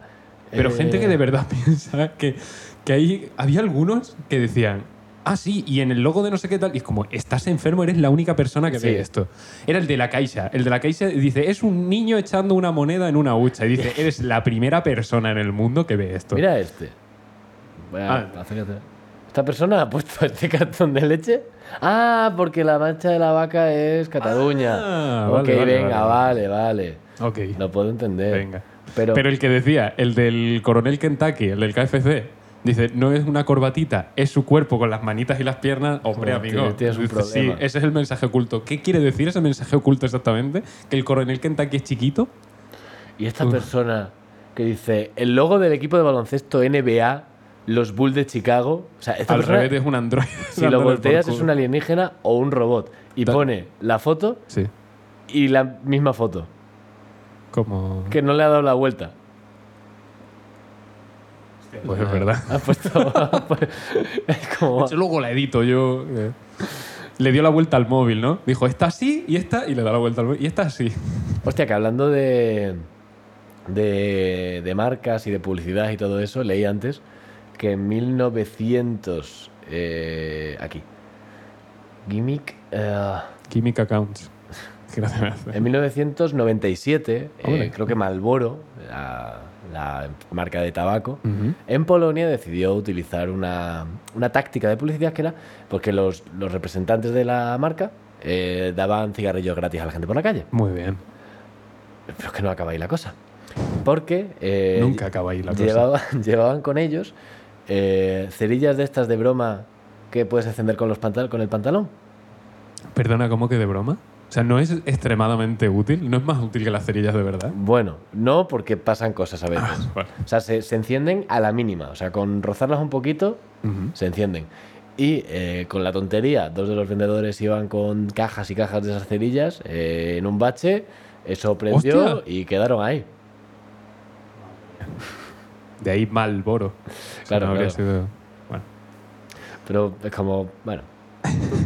Speaker 2: Pero
Speaker 1: eh,
Speaker 2: gente que de verdad piensa que, que ahí había algunos que decían, ah, sí, y en el logo de no sé qué tal, y es como, estás enfermo, eres la única persona que
Speaker 1: Sí.
Speaker 2: ve esto. Era el de la Caixa. El de la Caixa dice, es un niño echando una moneda en una hucha. Y dice, eres la primera persona en el mundo que ve esto.
Speaker 1: Mira este. Voy a-
Speaker 2: Ah.
Speaker 1: acércate. Esta persona ha puesto este cartón de leche. Ah, porque la mancha de la vaca es Cataluña.
Speaker 2: Ah,
Speaker 1: ok,
Speaker 2: vale, vale,
Speaker 1: venga, vale, vale.
Speaker 2: Ok.
Speaker 1: Lo puedo entender.
Speaker 2: Venga.
Speaker 1: Pero,
Speaker 2: Pero el que decía, el del coronel Kentucky, el del KFC, Dice, no es una corbatita, es su cuerpo con las manitas y las piernas. Hombre,
Speaker 1: Joder,
Speaker 2: amigo.
Speaker 1: tienes- tienes un
Speaker 2: Dice, sí,
Speaker 1: problema.
Speaker 2: ese es el mensaje oculto. ¿Qué quiere decir ese mensaje oculto exactamente? ¿Que el coronel Kentucky es chiquito?
Speaker 1: Y esta persona que dice, el logo del equipo de baloncesto NBA, los Bulls de Chicago, o sea, esta
Speaker 2: Al
Speaker 1: persona,
Speaker 2: revés es un androide.
Speaker 1: si lo
Speaker 2: dándole por
Speaker 1: volteas
Speaker 2: culo.
Speaker 1: es un alienígena o un robot. Y
Speaker 2: Da-
Speaker 1: pone la foto
Speaker 2: Sí,
Speaker 1: y la misma foto,
Speaker 2: como...
Speaker 1: que no le ha dado la vuelta.
Speaker 2: Pues es verdad.
Speaker 1: Ha puesto... es como...
Speaker 2: Yo luego la edito yo. eh. Le dio la vuelta al móvil, ¿no? Dijo, esta así y esta, y le da la vuelta al móvil. Y esta así.
Speaker 1: Hostia, que hablando de, de, de marcas y de publicidad y todo eso, leí antes que en 1900... eh, aquí. Gimmick... eh,
Speaker 2: Química Counts. Gracias.
Speaker 1: En 1997, eh,
Speaker 2: Hombre.
Speaker 1: creo que Malboro, la, la marca de tabaco, en Polonia decidió utilizar una, una táctica de publicidad que era porque los, los representantes de la marca eh, daban cigarrillos gratis a la gente por la calle.
Speaker 2: Muy bien.
Speaker 1: Pero es que no acaba ahí la cosa. Porque eh,
Speaker 2: Nunca acaba ahí la cosa.
Speaker 1: llevaba- llevaban con ellos eh, cerillas de estas de broma que puedes encender con, los pantal con el pantalón.
Speaker 2: Perdona, ¿cómo que de broma? O sea, ¿no es extremadamente útil? ¿No es más útil que las cerillas de verdad?
Speaker 1: Bueno, no porque pasan cosas a veces.
Speaker 2: Vale.
Speaker 1: O sea, se, se encienden a la mínima. O sea, con rozarlas un poquito,
Speaker 2: Ujú.
Speaker 1: se encienden. Y eh, con la tontería, dos de los vendedores iban con cajas y cajas de esas cerillas eh, en un bache. Eso prendió
Speaker 2: ¡Hostia!
Speaker 1: y quedaron ahí.
Speaker 2: De ahí Malboro.
Speaker 1: Claro,
Speaker 2: no habría
Speaker 1: claro.
Speaker 2: sido... Bueno.
Speaker 1: Pero es como, bueno.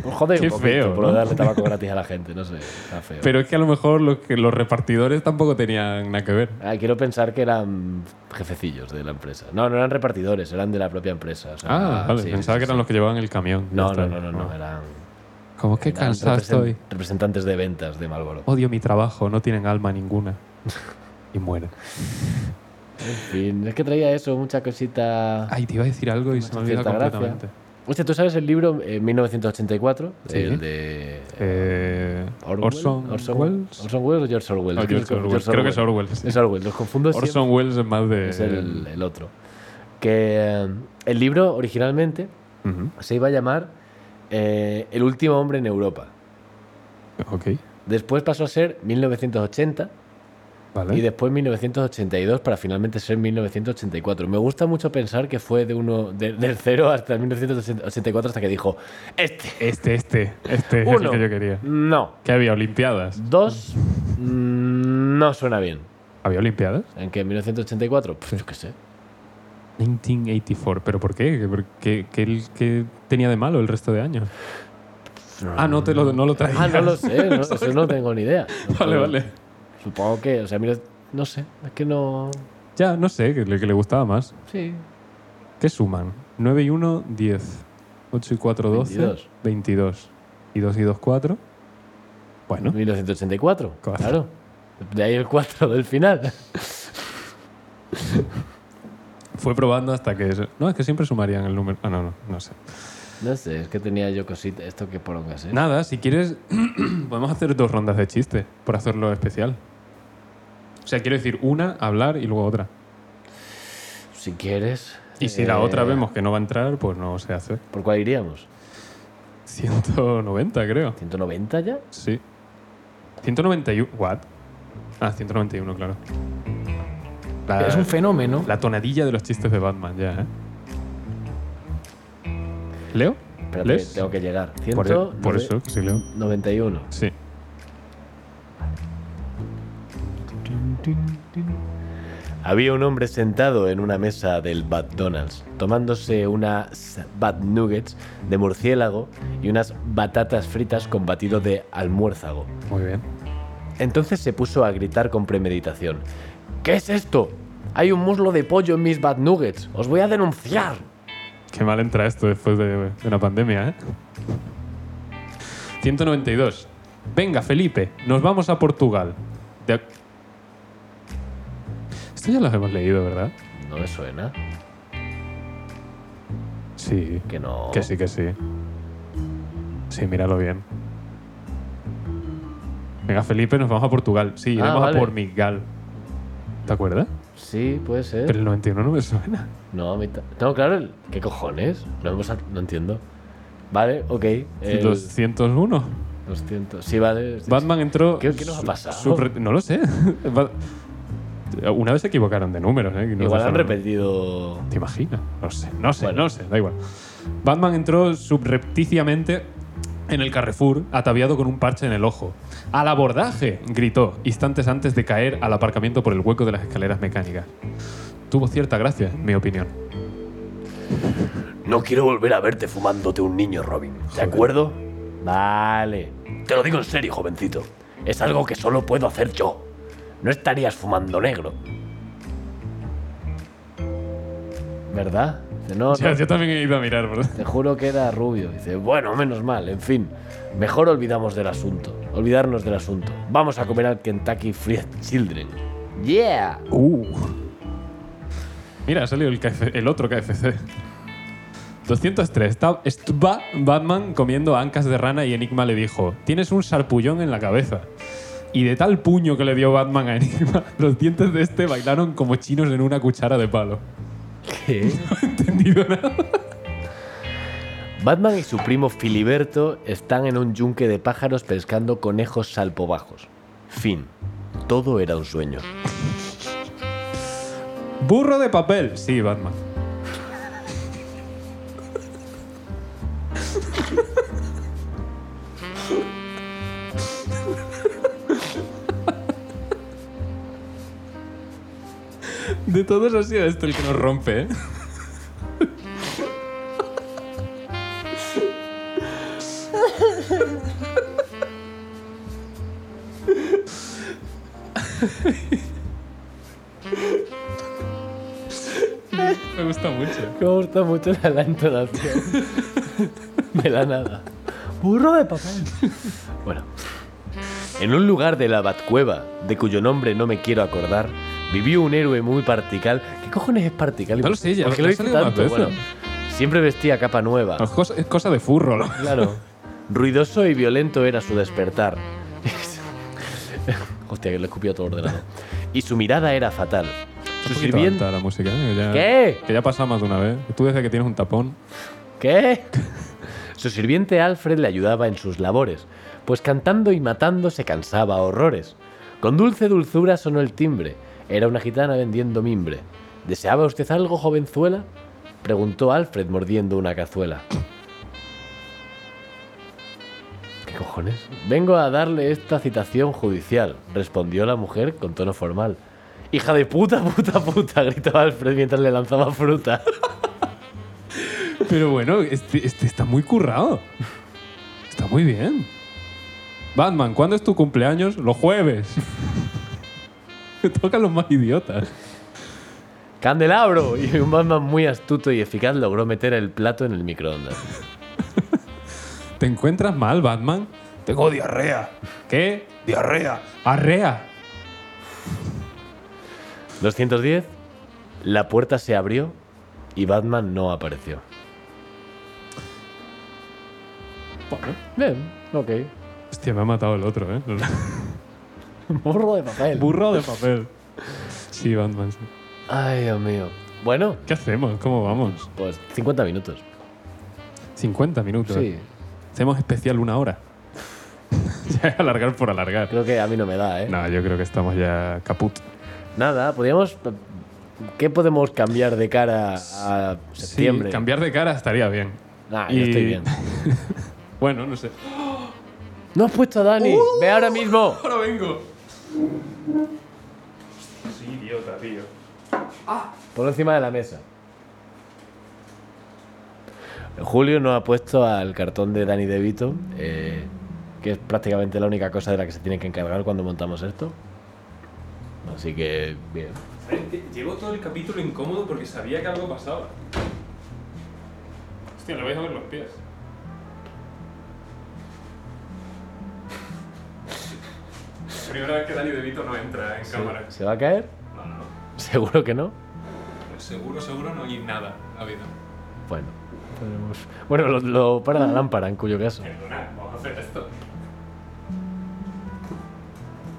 Speaker 1: Joder,
Speaker 2: Qué
Speaker 1: un poquito
Speaker 2: feo,
Speaker 1: por
Speaker 2: ¿no?
Speaker 1: darle tabaco gratis a la gente, no sé. Está feo.
Speaker 2: Pero es que a lo mejor los, que los repartidores tampoco tenían nada que ver.
Speaker 1: Ah, quiero pensar que eran jefecillos de la empresa. No, no eran repartidores, eran de la propia empresa. o sea,
Speaker 2: Ah, vale.
Speaker 1: sí,
Speaker 2: Pensaba
Speaker 1: sí,
Speaker 2: que eran
Speaker 1: sí.
Speaker 2: los que llevaban el camión.
Speaker 1: No,
Speaker 2: Ya
Speaker 1: no,
Speaker 2: está.
Speaker 1: no, no, no, eran.
Speaker 2: Como que
Speaker 1: eran
Speaker 2: cansado
Speaker 1: represen-
Speaker 2: estoy. Oh.
Speaker 1: Representantes de ventas de Marlboro.
Speaker 2: Odio mi trabajo, no tienen alma ninguna. Y mueren.
Speaker 1: En fin, es que traía eso, mucha cosita.
Speaker 2: Ay, te iba a decir algo y se
Speaker 1: mucha
Speaker 2: me olvidó
Speaker 1: cierta
Speaker 2: completamente.
Speaker 1: Hostia, tú sabes el libro eh, 1984,
Speaker 2: Sí.
Speaker 1: el de.
Speaker 2: Eh,
Speaker 1: Orwell?
Speaker 2: Orson,
Speaker 1: Orson
Speaker 2: Welles.
Speaker 1: Orson Welles o George Orwell.
Speaker 2: No,
Speaker 1: Es que
Speaker 2: George
Speaker 1: los-
Speaker 2: Orwell. Creo que es Orwell. sí.
Speaker 1: Es Orwell, los confundo siempre.
Speaker 2: Orson Welles es más de.
Speaker 1: es
Speaker 2: Em.
Speaker 1: el, el otro. Que eh, el libro originalmente
Speaker 2: Ujú,
Speaker 1: se iba a llamar eh, El último hombre en Europa.
Speaker 2: Ok.
Speaker 1: Después pasó a ser 1980
Speaker 2: Vale.
Speaker 1: y después 1982 para finalmente ser 1984. Me gusta mucho pensar que fue de uno de- del 0 hasta el 1984 hasta que dijo este.
Speaker 2: Este, este. Este es el
Speaker 1: Uno.
Speaker 2: que yo quería.
Speaker 1: No.
Speaker 2: ¿Qué había? ¿Olimpiadas?
Speaker 1: Dos. mm, No suena bien.
Speaker 2: ¿Había Olimpiadas?
Speaker 1: ¿En qué? ¿1984? Pues yo qué sé.
Speaker 2: 1984. ¿Pero por qué? ¿Por qué, qué- qué tenía de malo el resto de años? Ah, no, te lo, no lo traía.
Speaker 1: Ah, no lo sé. No, eso no tengo ni idea.
Speaker 2: Vale, vale.
Speaker 1: Supongo que, o sea, mira, no sé, es que no.
Speaker 2: Ya, no sé, que le, que le gustaba más.
Speaker 1: Sí.
Speaker 2: ¿Qué suman? 9 y 1, 10. 8 y 4, 12.
Speaker 1: 22.
Speaker 2: 22. Y 2 y 2, 4. Bueno.
Speaker 1: 1984,
Speaker 2: Cuatro.
Speaker 1: claro. De ahí el 4 del final.
Speaker 2: Fue probando hasta que... se- No, es que siempre sumarían el número... Ah, no, no, no sé.
Speaker 1: No sé, es que tenía yo cosita, esto que porongas, ¿eh?
Speaker 2: Nada, si quieres, podemos hacer dos rondas de chistes por hacerlo especial. O sea, quiero decir, una, hablar y luego otra.
Speaker 1: Si quieres.
Speaker 2: Y si la otra
Speaker 1: eh,
Speaker 2: vemos que no va a entrar, pues no se hace.
Speaker 1: ¿Por cuál iríamos?
Speaker 2: 190, creo.
Speaker 1: ¿190 ya?
Speaker 2: Sí. 191. ¿What? Ah, 191, claro. La-
Speaker 1: Es un fenómeno.
Speaker 2: Ah, La tonadilla de los chistes de Batman, ya, ¿eh? ¿Leo?
Speaker 1: Espérate,
Speaker 2: ¿Lees?
Speaker 1: tengo que llegar.
Speaker 2: Por, e-
Speaker 1: 191.
Speaker 2: por eso, que sí, Leo. Sí.
Speaker 1: Había un hombre sentado en una mesa del McDonald's, tomándose unas bat nuggets de murciélago y unas batatas fritas con batido de almuérzago.
Speaker 2: Muy bien.
Speaker 1: Entonces se puso a gritar con premeditación. ¿Qué es esto? Hay un muslo de pollo en mis bad nuggets. Os voy a denunciar.
Speaker 2: Qué mal entra esto después de, de una pandemia, ¿eh? 192. Venga, Felipe, nos vamos a Portugal. De ac- Esto ya lo hemos leído, ¿verdad?
Speaker 1: No me suena.
Speaker 2: Sí.
Speaker 1: Que no.
Speaker 2: Que sí, que sí. Sí, míralo bien. Venga, Felipe, nos vamos a Portugal. Sí,
Speaker 1: Ah,
Speaker 2: iremos
Speaker 1: vale.
Speaker 2: a por Miguel. ¿Te acuerdas?
Speaker 1: Sí, puede ser.
Speaker 2: Pero el 91 no me suena.
Speaker 1: No, a mí ta- No, claro, el- ¿qué cojones? No, hemos al- no entiendo. Vale, ok. el
Speaker 2: 201.
Speaker 1: 200. Sí, vale. es-
Speaker 2: Batman entró.
Speaker 1: ¿Qué- qué nos ha
Speaker 2: su-
Speaker 1: pasado?
Speaker 2: su re- no lo sé. Bat- Una vez se equivocaron de números, ¿eh? Y nos
Speaker 1: Igual han
Speaker 2: dejaron-
Speaker 1: repetido.
Speaker 2: ¿Te imaginas? No sé, no sé,
Speaker 1: Bueno.
Speaker 2: no sé, da igual. Batman entró subrepticiamente en el Carrefour, ataviado con un parche en el ojo. ¡Al abordaje! gritó, instantes antes de caer al aparcamiento por el hueco de las escaleras mecánicas. Tuvo cierta gracia, en mi opinión.
Speaker 1: No quiero volver a verte fumándote un niño, Robin. ¿De acuerdo? Vale. Te lo digo en serio, jovencito. Es algo que solo puedo hacer yo. No estarías fumando negro. ¿Verdad? Dice, No,
Speaker 2: Ya,
Speaker 1: no,
Speaker 2: yo también he ido a mirar, ¿verdad?
Speaker 1: te juro que era rubio. Dice, bueno, menos mal, en fin. Mejor olvidamos del asunto. Olvidarnos del asunto. Vamos a comer al Kentucky Fried Children. ¡Yeah!
Speaker 2: Uh. Mira, ha salido el, KF el otro KFC. 203. Esta- Estaba Batman comiendo ancas de rana y Enigma le dijo, tienes un sarpullón en la cabeza. Y de tal puño que le dio Batman a Enigma, los dientes de este bailaron como chinos en una cuchara de palo.
Speaker 1: ¿Qué?
Speaker 2: No he entendido nada.
Speaker 1: Batman y su primo Filiberto están en un yunque de pájaros pescando conejos salpobajos. Fin. Todo era un sueño.
Speaker 2: Burro de papel. Sí, Batman. De todos ha sido este el que nos rompe, ¿eh? Me gusta mucho.
Speaker 1: Me gusta mucho la, la entonación. De la nada. Burro de papel. Bueno. En un lugar de la Batcueva, de cuyo nombre no me quiero acordar, vivió un héroe muy partical. ¿Qué cojones es partical?
Speaker 2: No lo sé, ya-
Speaker 1: ¿Por qué lo
Speaker 2: ha
Speaker 1: dice
Speaker 2: salido más Ah.
Speaker 1: tanto?
Speaker 2: veces.
Speaker 1: Bueno, siempre vestía capa nueva.
Speaker 2: Es cosa, es cosa de furro. ¿no?
Speaker 1: Claro. Ruidoso y violento era su despertar. Hostia, que le escupió todo ordenado. Y su mirada era fatal. Su
Speaker 2: Un poquito
Speaker 1: sirviente.
Speaker 2: alta la música, ¿eh? Que ya-
Speaker 1: ¿Qué?
Speaker 2: Que ya pasa más de una vez. Tú desde que tienes un tapón.
Speaker 1: ¿Qué? Su sirviente Alfred le ayudaba en sus labores, pues cantando y matando se cansaba a horrores. Con dulce dulzura sonó el timbre. Era una gitana vendiendo mimbre. ¿Deseaba usted algo, jovenzuela? Preguntó Alfred mordiendo una cazuela. ¿Qué cojones? Vengo a darle esta citación judicial, respondió la mujer con tono formal. Hija de puta, puta, puta, gritó Alfred mientras le lanzaba fruta.
Speaker 2: Pero bueno, este, este está muy currado. Está muy bien. Batman, ¿cuándo es tu cumpleaños? Los jueves. Me tocan los más idiotas.
Speaker 1: ¡Candelabro! Y un Batman muy astuto y eficaz logró meter el plato en el microondas.
Speaker 2: ¿Te encuentras mal, Batman? Tengo diarrea. ¿Qué? Diarrea. Arrea.
Speaker 1: 210. La puerta se abrió y Batman no apareció. Bien, ok.
Speaker 2: Hostia, me ha matado el otro, ¿eh?
Speaker 1: Burro de papel.
Speaker 2: Burro de papel. Sí, Batman. sí.
Speaker 1: Ay, Dios mío. Bueno,
Speaker 2: ¿Qué hacemos? ¿Cómo vamos?
Speaker 1: pues 50 minutos.
Speaker 2: 50 minutos.
Speaker 1: Sí.
Speaker 2: Hacemos especial una hora. ya es alargar por alargar.
Speaker 1: Creo que a mí no me da, ¿eh?
Speaker 2: No, yo creo que estamos ya caput.
Speaker 1: Nada, podríamos... eh, ¿Qué podemos cambiar de cara a septiembre?
Speaker 2: Sí, cambiar de cara estaría bien.
Speaker 1: Nah, yo estoy bien.
Speaker 2: bueno, no sé.
Speaker 1: ¡No has puesto a Dani! Uh. ¡Ve ahora mismo!
Speaker 2: Ahora vengo. Sí, idiota, tío.
Speaker 1: Por encima de la mesa. Julio nos ha puesto al cartón de Dani DeVito, eh, que es prácticamente la única cosa de la que se tiene que encargar cuando montamos esto. Así que, bien.
Speaker 2: Llevo todo el capítulo incómodo porque sabía que algo pasaba. Hostia, le vais a ver los pies. Primera vez que Dani DeVito no entra en cámara.
Speaker 1: ¿Se va a caer?
Speaker 2: No, no, no.
Speaker 1: Seguro que no.
Speaker 2: Seguro, seguro no hay nada en la vida.
Speaker 1: Bueno, tenemos... Bueno, lo, lo para la lámpara, en cuyo caso.
Speaker 2: Perdona, vamos a hacer esto.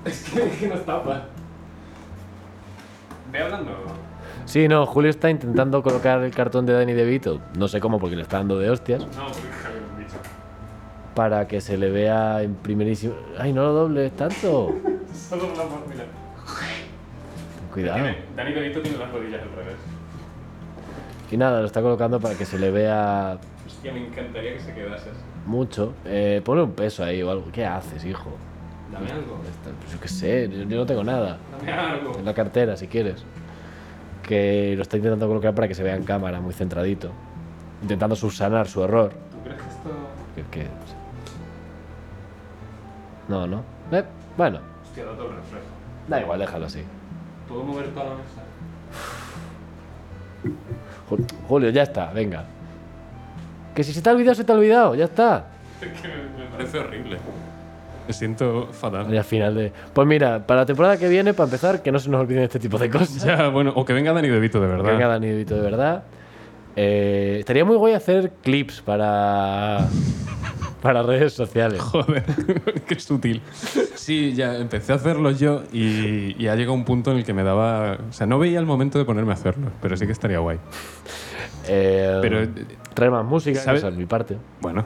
Speaker 2: Es que, es que nos tapa. ¿Estoy hablando?
Speaker 1: Sí, no, Julio está intentando colocar el cartón de Danny DeVito. No sé cómo, porque le está dando de hostias.
Speaker 2: No, un bicho.
Speaker 1: Para que se le vea en primerísimo. ¡Ay, no lo dobles tanto!
Speaker 2: Solo una por mira.
Speaker 1: Cuidado.
Speaker 2: Dani Benito tiene las rodillas al revés.
Speaker 1: Y nada, lo está colocando para que se le vea
Speaker 2: Hostia, me encantaría que se quedases.
Speaker 1: mucho. Eh, ponle un peso ahí o algo. ¿Qué haces, hijo?
Speaker 2: Dame algo.
Speaker 1: Está- pues yo qué sé, yo yo no tengo nada.
Speaker 2: Dame algo.
Speaker 1: En la cartera, si quieres. Que lo está intentando colocar para que se vea en cámara, muy centradito. Intentando subsanar su error.
Speaker 2: ¿Tú crees que esto.?
Speaker 1: Que- que- No, no. Eh, bueno,
Speaker 2: Hostia, da todo el reflejo.
Speaker 1: da igual, déjalo así.
Speaker 2: ¿Puedo mover toda la mesa?
Speaker 1: Ju- Julio, ya está, venga. Que si se te ha olvidado, se te ha olvidado, ya está.
Speaker 2: que me parece horrible. Me siento fatal.
Speaker 1: Y al final de. Pues mira, para la temporada que viene, para empezar, que no se nos olviden este tipo de cosas.
Speaker 2: Ya, bueno, o que venga Dani Devito, de
Speaker 1: Que venga
Speaker 2: verdad.
Speaker 1: Dani DeVito de verdad. Eh, estaría muy guay hacer clips para. para redes sociales.
Speaker 2: Joder, qué sutil. Sí, ya empecé a hacerlo yo y, y ha llegado un punto en el que me daba. O sea, no veía el momento de ponerme a hacerlo, pero sí que estaría guay.
Speaker 1: Eh,
Speaker 2: Pero, eh,
Speaker 1: traer más música,
Speaker 2: ¿sabes?
Speaker 1: esa es mi parte.
Speaker 2: Bueno,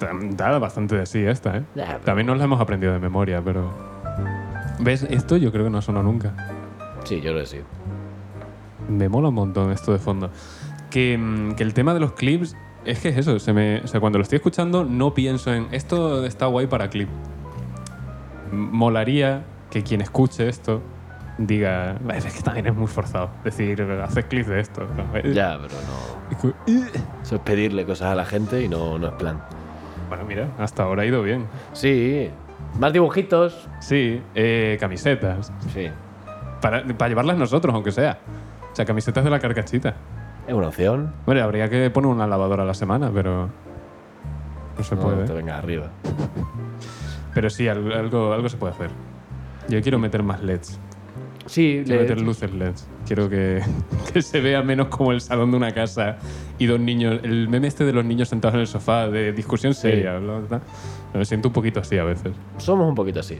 Speaker 2: tam- da bastante de sí esta, ¿eh?
Speaker 1: Ya, pero-
Speaker 2: También nos la hemos aprendido de memoria, pero. ¿Ves? Esto yo creo que no sonó nunca.
Speaker 1: Sí, yo lo he sido.
Speaker 2: Me mola un montón esto de fondo. Que, mm, que el tema de los clips es que es eso. Se me, o sea, cuando lo estoy escuchando no pienso en esto está guay para clip. M- Molaría que quien escuche esto diga, "Bah, es que también es muy forzado decir, haces clips de esto. ¿no? Eh,
Speaker 1: Ya, pero no.
Speaker 2: es como, "Eh".
Speaker 1: Eso es pedirle cosas a la gente y no, no es plan.
Speaker 2: Bueno, mira, hasta ahora ha ido bien.
Speaker 1: Sí, más dibujitos.
Speaker 2: Sí, eh, camisetas.
Speaker 1: Sí,
Speaker 2: Para, para llevarlas nosotros, aunque sea. O sea, camisetas de la carcachita.
Speaker 1: es una opción.
Speaker 2: Bueno, habría que poner una lavadora a la semana, pero. No se
Speaker 1: No,
Speaker 2: puede.
Speaker 1: no te venga arriba.
Speaker 2: Pero sí, al- algo, algo se puede hacer. Yo quiero meter más LEDs.
Speaker 1: Sí,
Speaker 2: Quiero meter luces LEDs. Quiero que, que se vea menos como el salón de una casa y dos niños. El meme este de los niños sentados en el sofá, de discusión seria. bla, bla, bla. Me siento un poquito así a veces.
Speaker 1: somos un poquito así.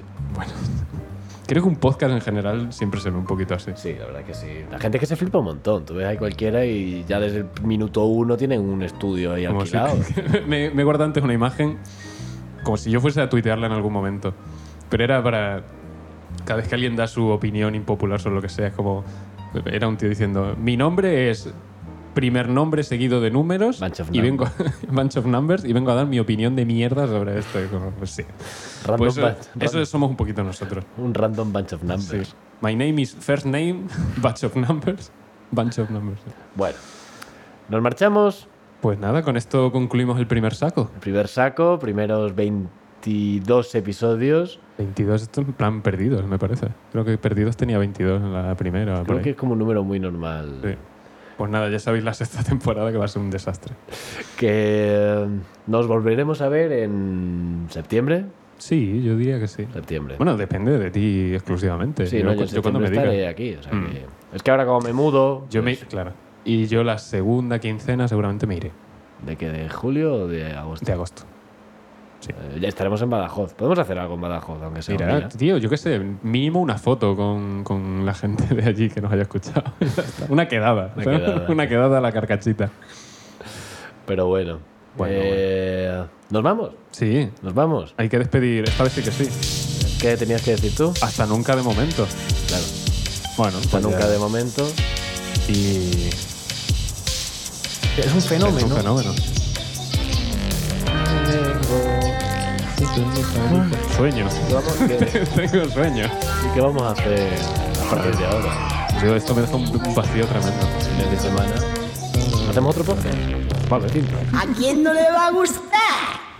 Speaker 2: Creo que un podcast en general siempre se ve un poquito así.
Speaker 1: Sí, la verdad que sí. La gente es que se flipa un montón. Tú ves ahí cualquiera y ya desde el minuto uno tienen un estudio ahí
Speaker 2: Como si-
Speaker 1: alquilado.
Speaker 2: me, me guarda antes una imagen como si yo fuese a tuitearla en algún momento. Pero era para. Cada vez que alguien da su opinión impopular sobre lo que sea, es como. Era un tío diciendo: Mi nombre es primer nombre seguido de números
Speaker 1: Bunch of
Speaker 2: y
Speaker 1: num-
Speaker 2: vengo bunch of numbers y vengo a dar mi opinión de mierda sobre esto Y como, pues sí.
Speaker 1: Random
Speaker 2: Pues eso,
Speaker 1: bunch-
Speaker 2: eso somos un poquito nosotros
Speaker 1: Un random bunch of numbers.
Speaker 2: Sí. my name is first name bunch of numbers bunch of numbers
Speaker 1: Bueno, nos marchamos.
Speaker 2: pues nada con esto concluimos el primer saco
Speaker 1: El primer saco, primeros 22 episodios.
Speaker 2: 22, esto en plan perdidos, me parece. Creo que perdidos tenía 22 en la primera. por
Speaker 1: Creo
Speaker 2: ahí.
Speaker 1: que es como un número muy normal.
Speaker 2: Sí. Pues nada, ya sabéis la sexta temporada que va a ser un desastre.
Speaker 1: Que eh, nos volveremos a ver en septiembre.
Speaker 2: Sí, yo diría que sí.
Speaker 1: Septiembre.
Speaker 2: Bueno, depende de ti exclusivamente.
Speaker 1: sí, no, yo en
Speaker 2: cuando
Speaker 1: septiembre
Speaker 2: me digas.
Speaker 1: estaré aquí. o sea
Speaker 2: Mm.
Speaker 1: que- es que ahora como me mudo...
Speaker 2: Yo me,
Speaker 1: pues,
Speaker 2: claro. Y yo la segunda quincena seguramente me iré,
Speaker 1: ¿De que ¿De julio o de agosto?
Speaker 2: de agosto.
Speaker 1: Eh, ya estaremos en Badajoz. Podemos hacer algo en Badajoz, aunque sea un
Speaker 2: Mira,
Speaker 1: día.
Speaker 2: tío, yo qué sé, mínimo una foto con, con la gente de allí que nos haya escuchado. Ya está. una quedada.
Speaker 1: Una quedada.
Speaker 2: una quedada a la carcachita.
Speaker 1: Pero bueno.
Speaker 2: Bueno,
Speaker 1: Eh, Nos vamos,
Speaker 2: Sí,
Speaker 1: nos vamos.
Speaker 2: hay que despedir. Esta vez sí que sí.
Speaker 1: ¿Qué tenías que decir tú?
Speaker 2: Hasta nunca de momento.
Speaker 1: Claro.
Speaker 2: Bueno,
Speaker 1: Hasta
Speaker 2: pues
Speaker 1: nunca
Speaker 2: ya.
Speaker 1: de momento.
Speaker 2: Y
Speaker 1: Es un fenómeno.
Speaker 2: es un fenómeno. Sueño.
Speaker 1: Vamos, ¿qué-
Speaker 2: Tengo sueño.
Speaker 1: ¿Y qué vamos a hacer a partir de ahora?
Speaker 2: Yo esto me deja un un vacío tremendo.
Speaker 1: Fines de semana. ¿Hacemos otro podcast?
Speaker 2: Vale.
Speaker 3: ¿A quién no le va a gustar?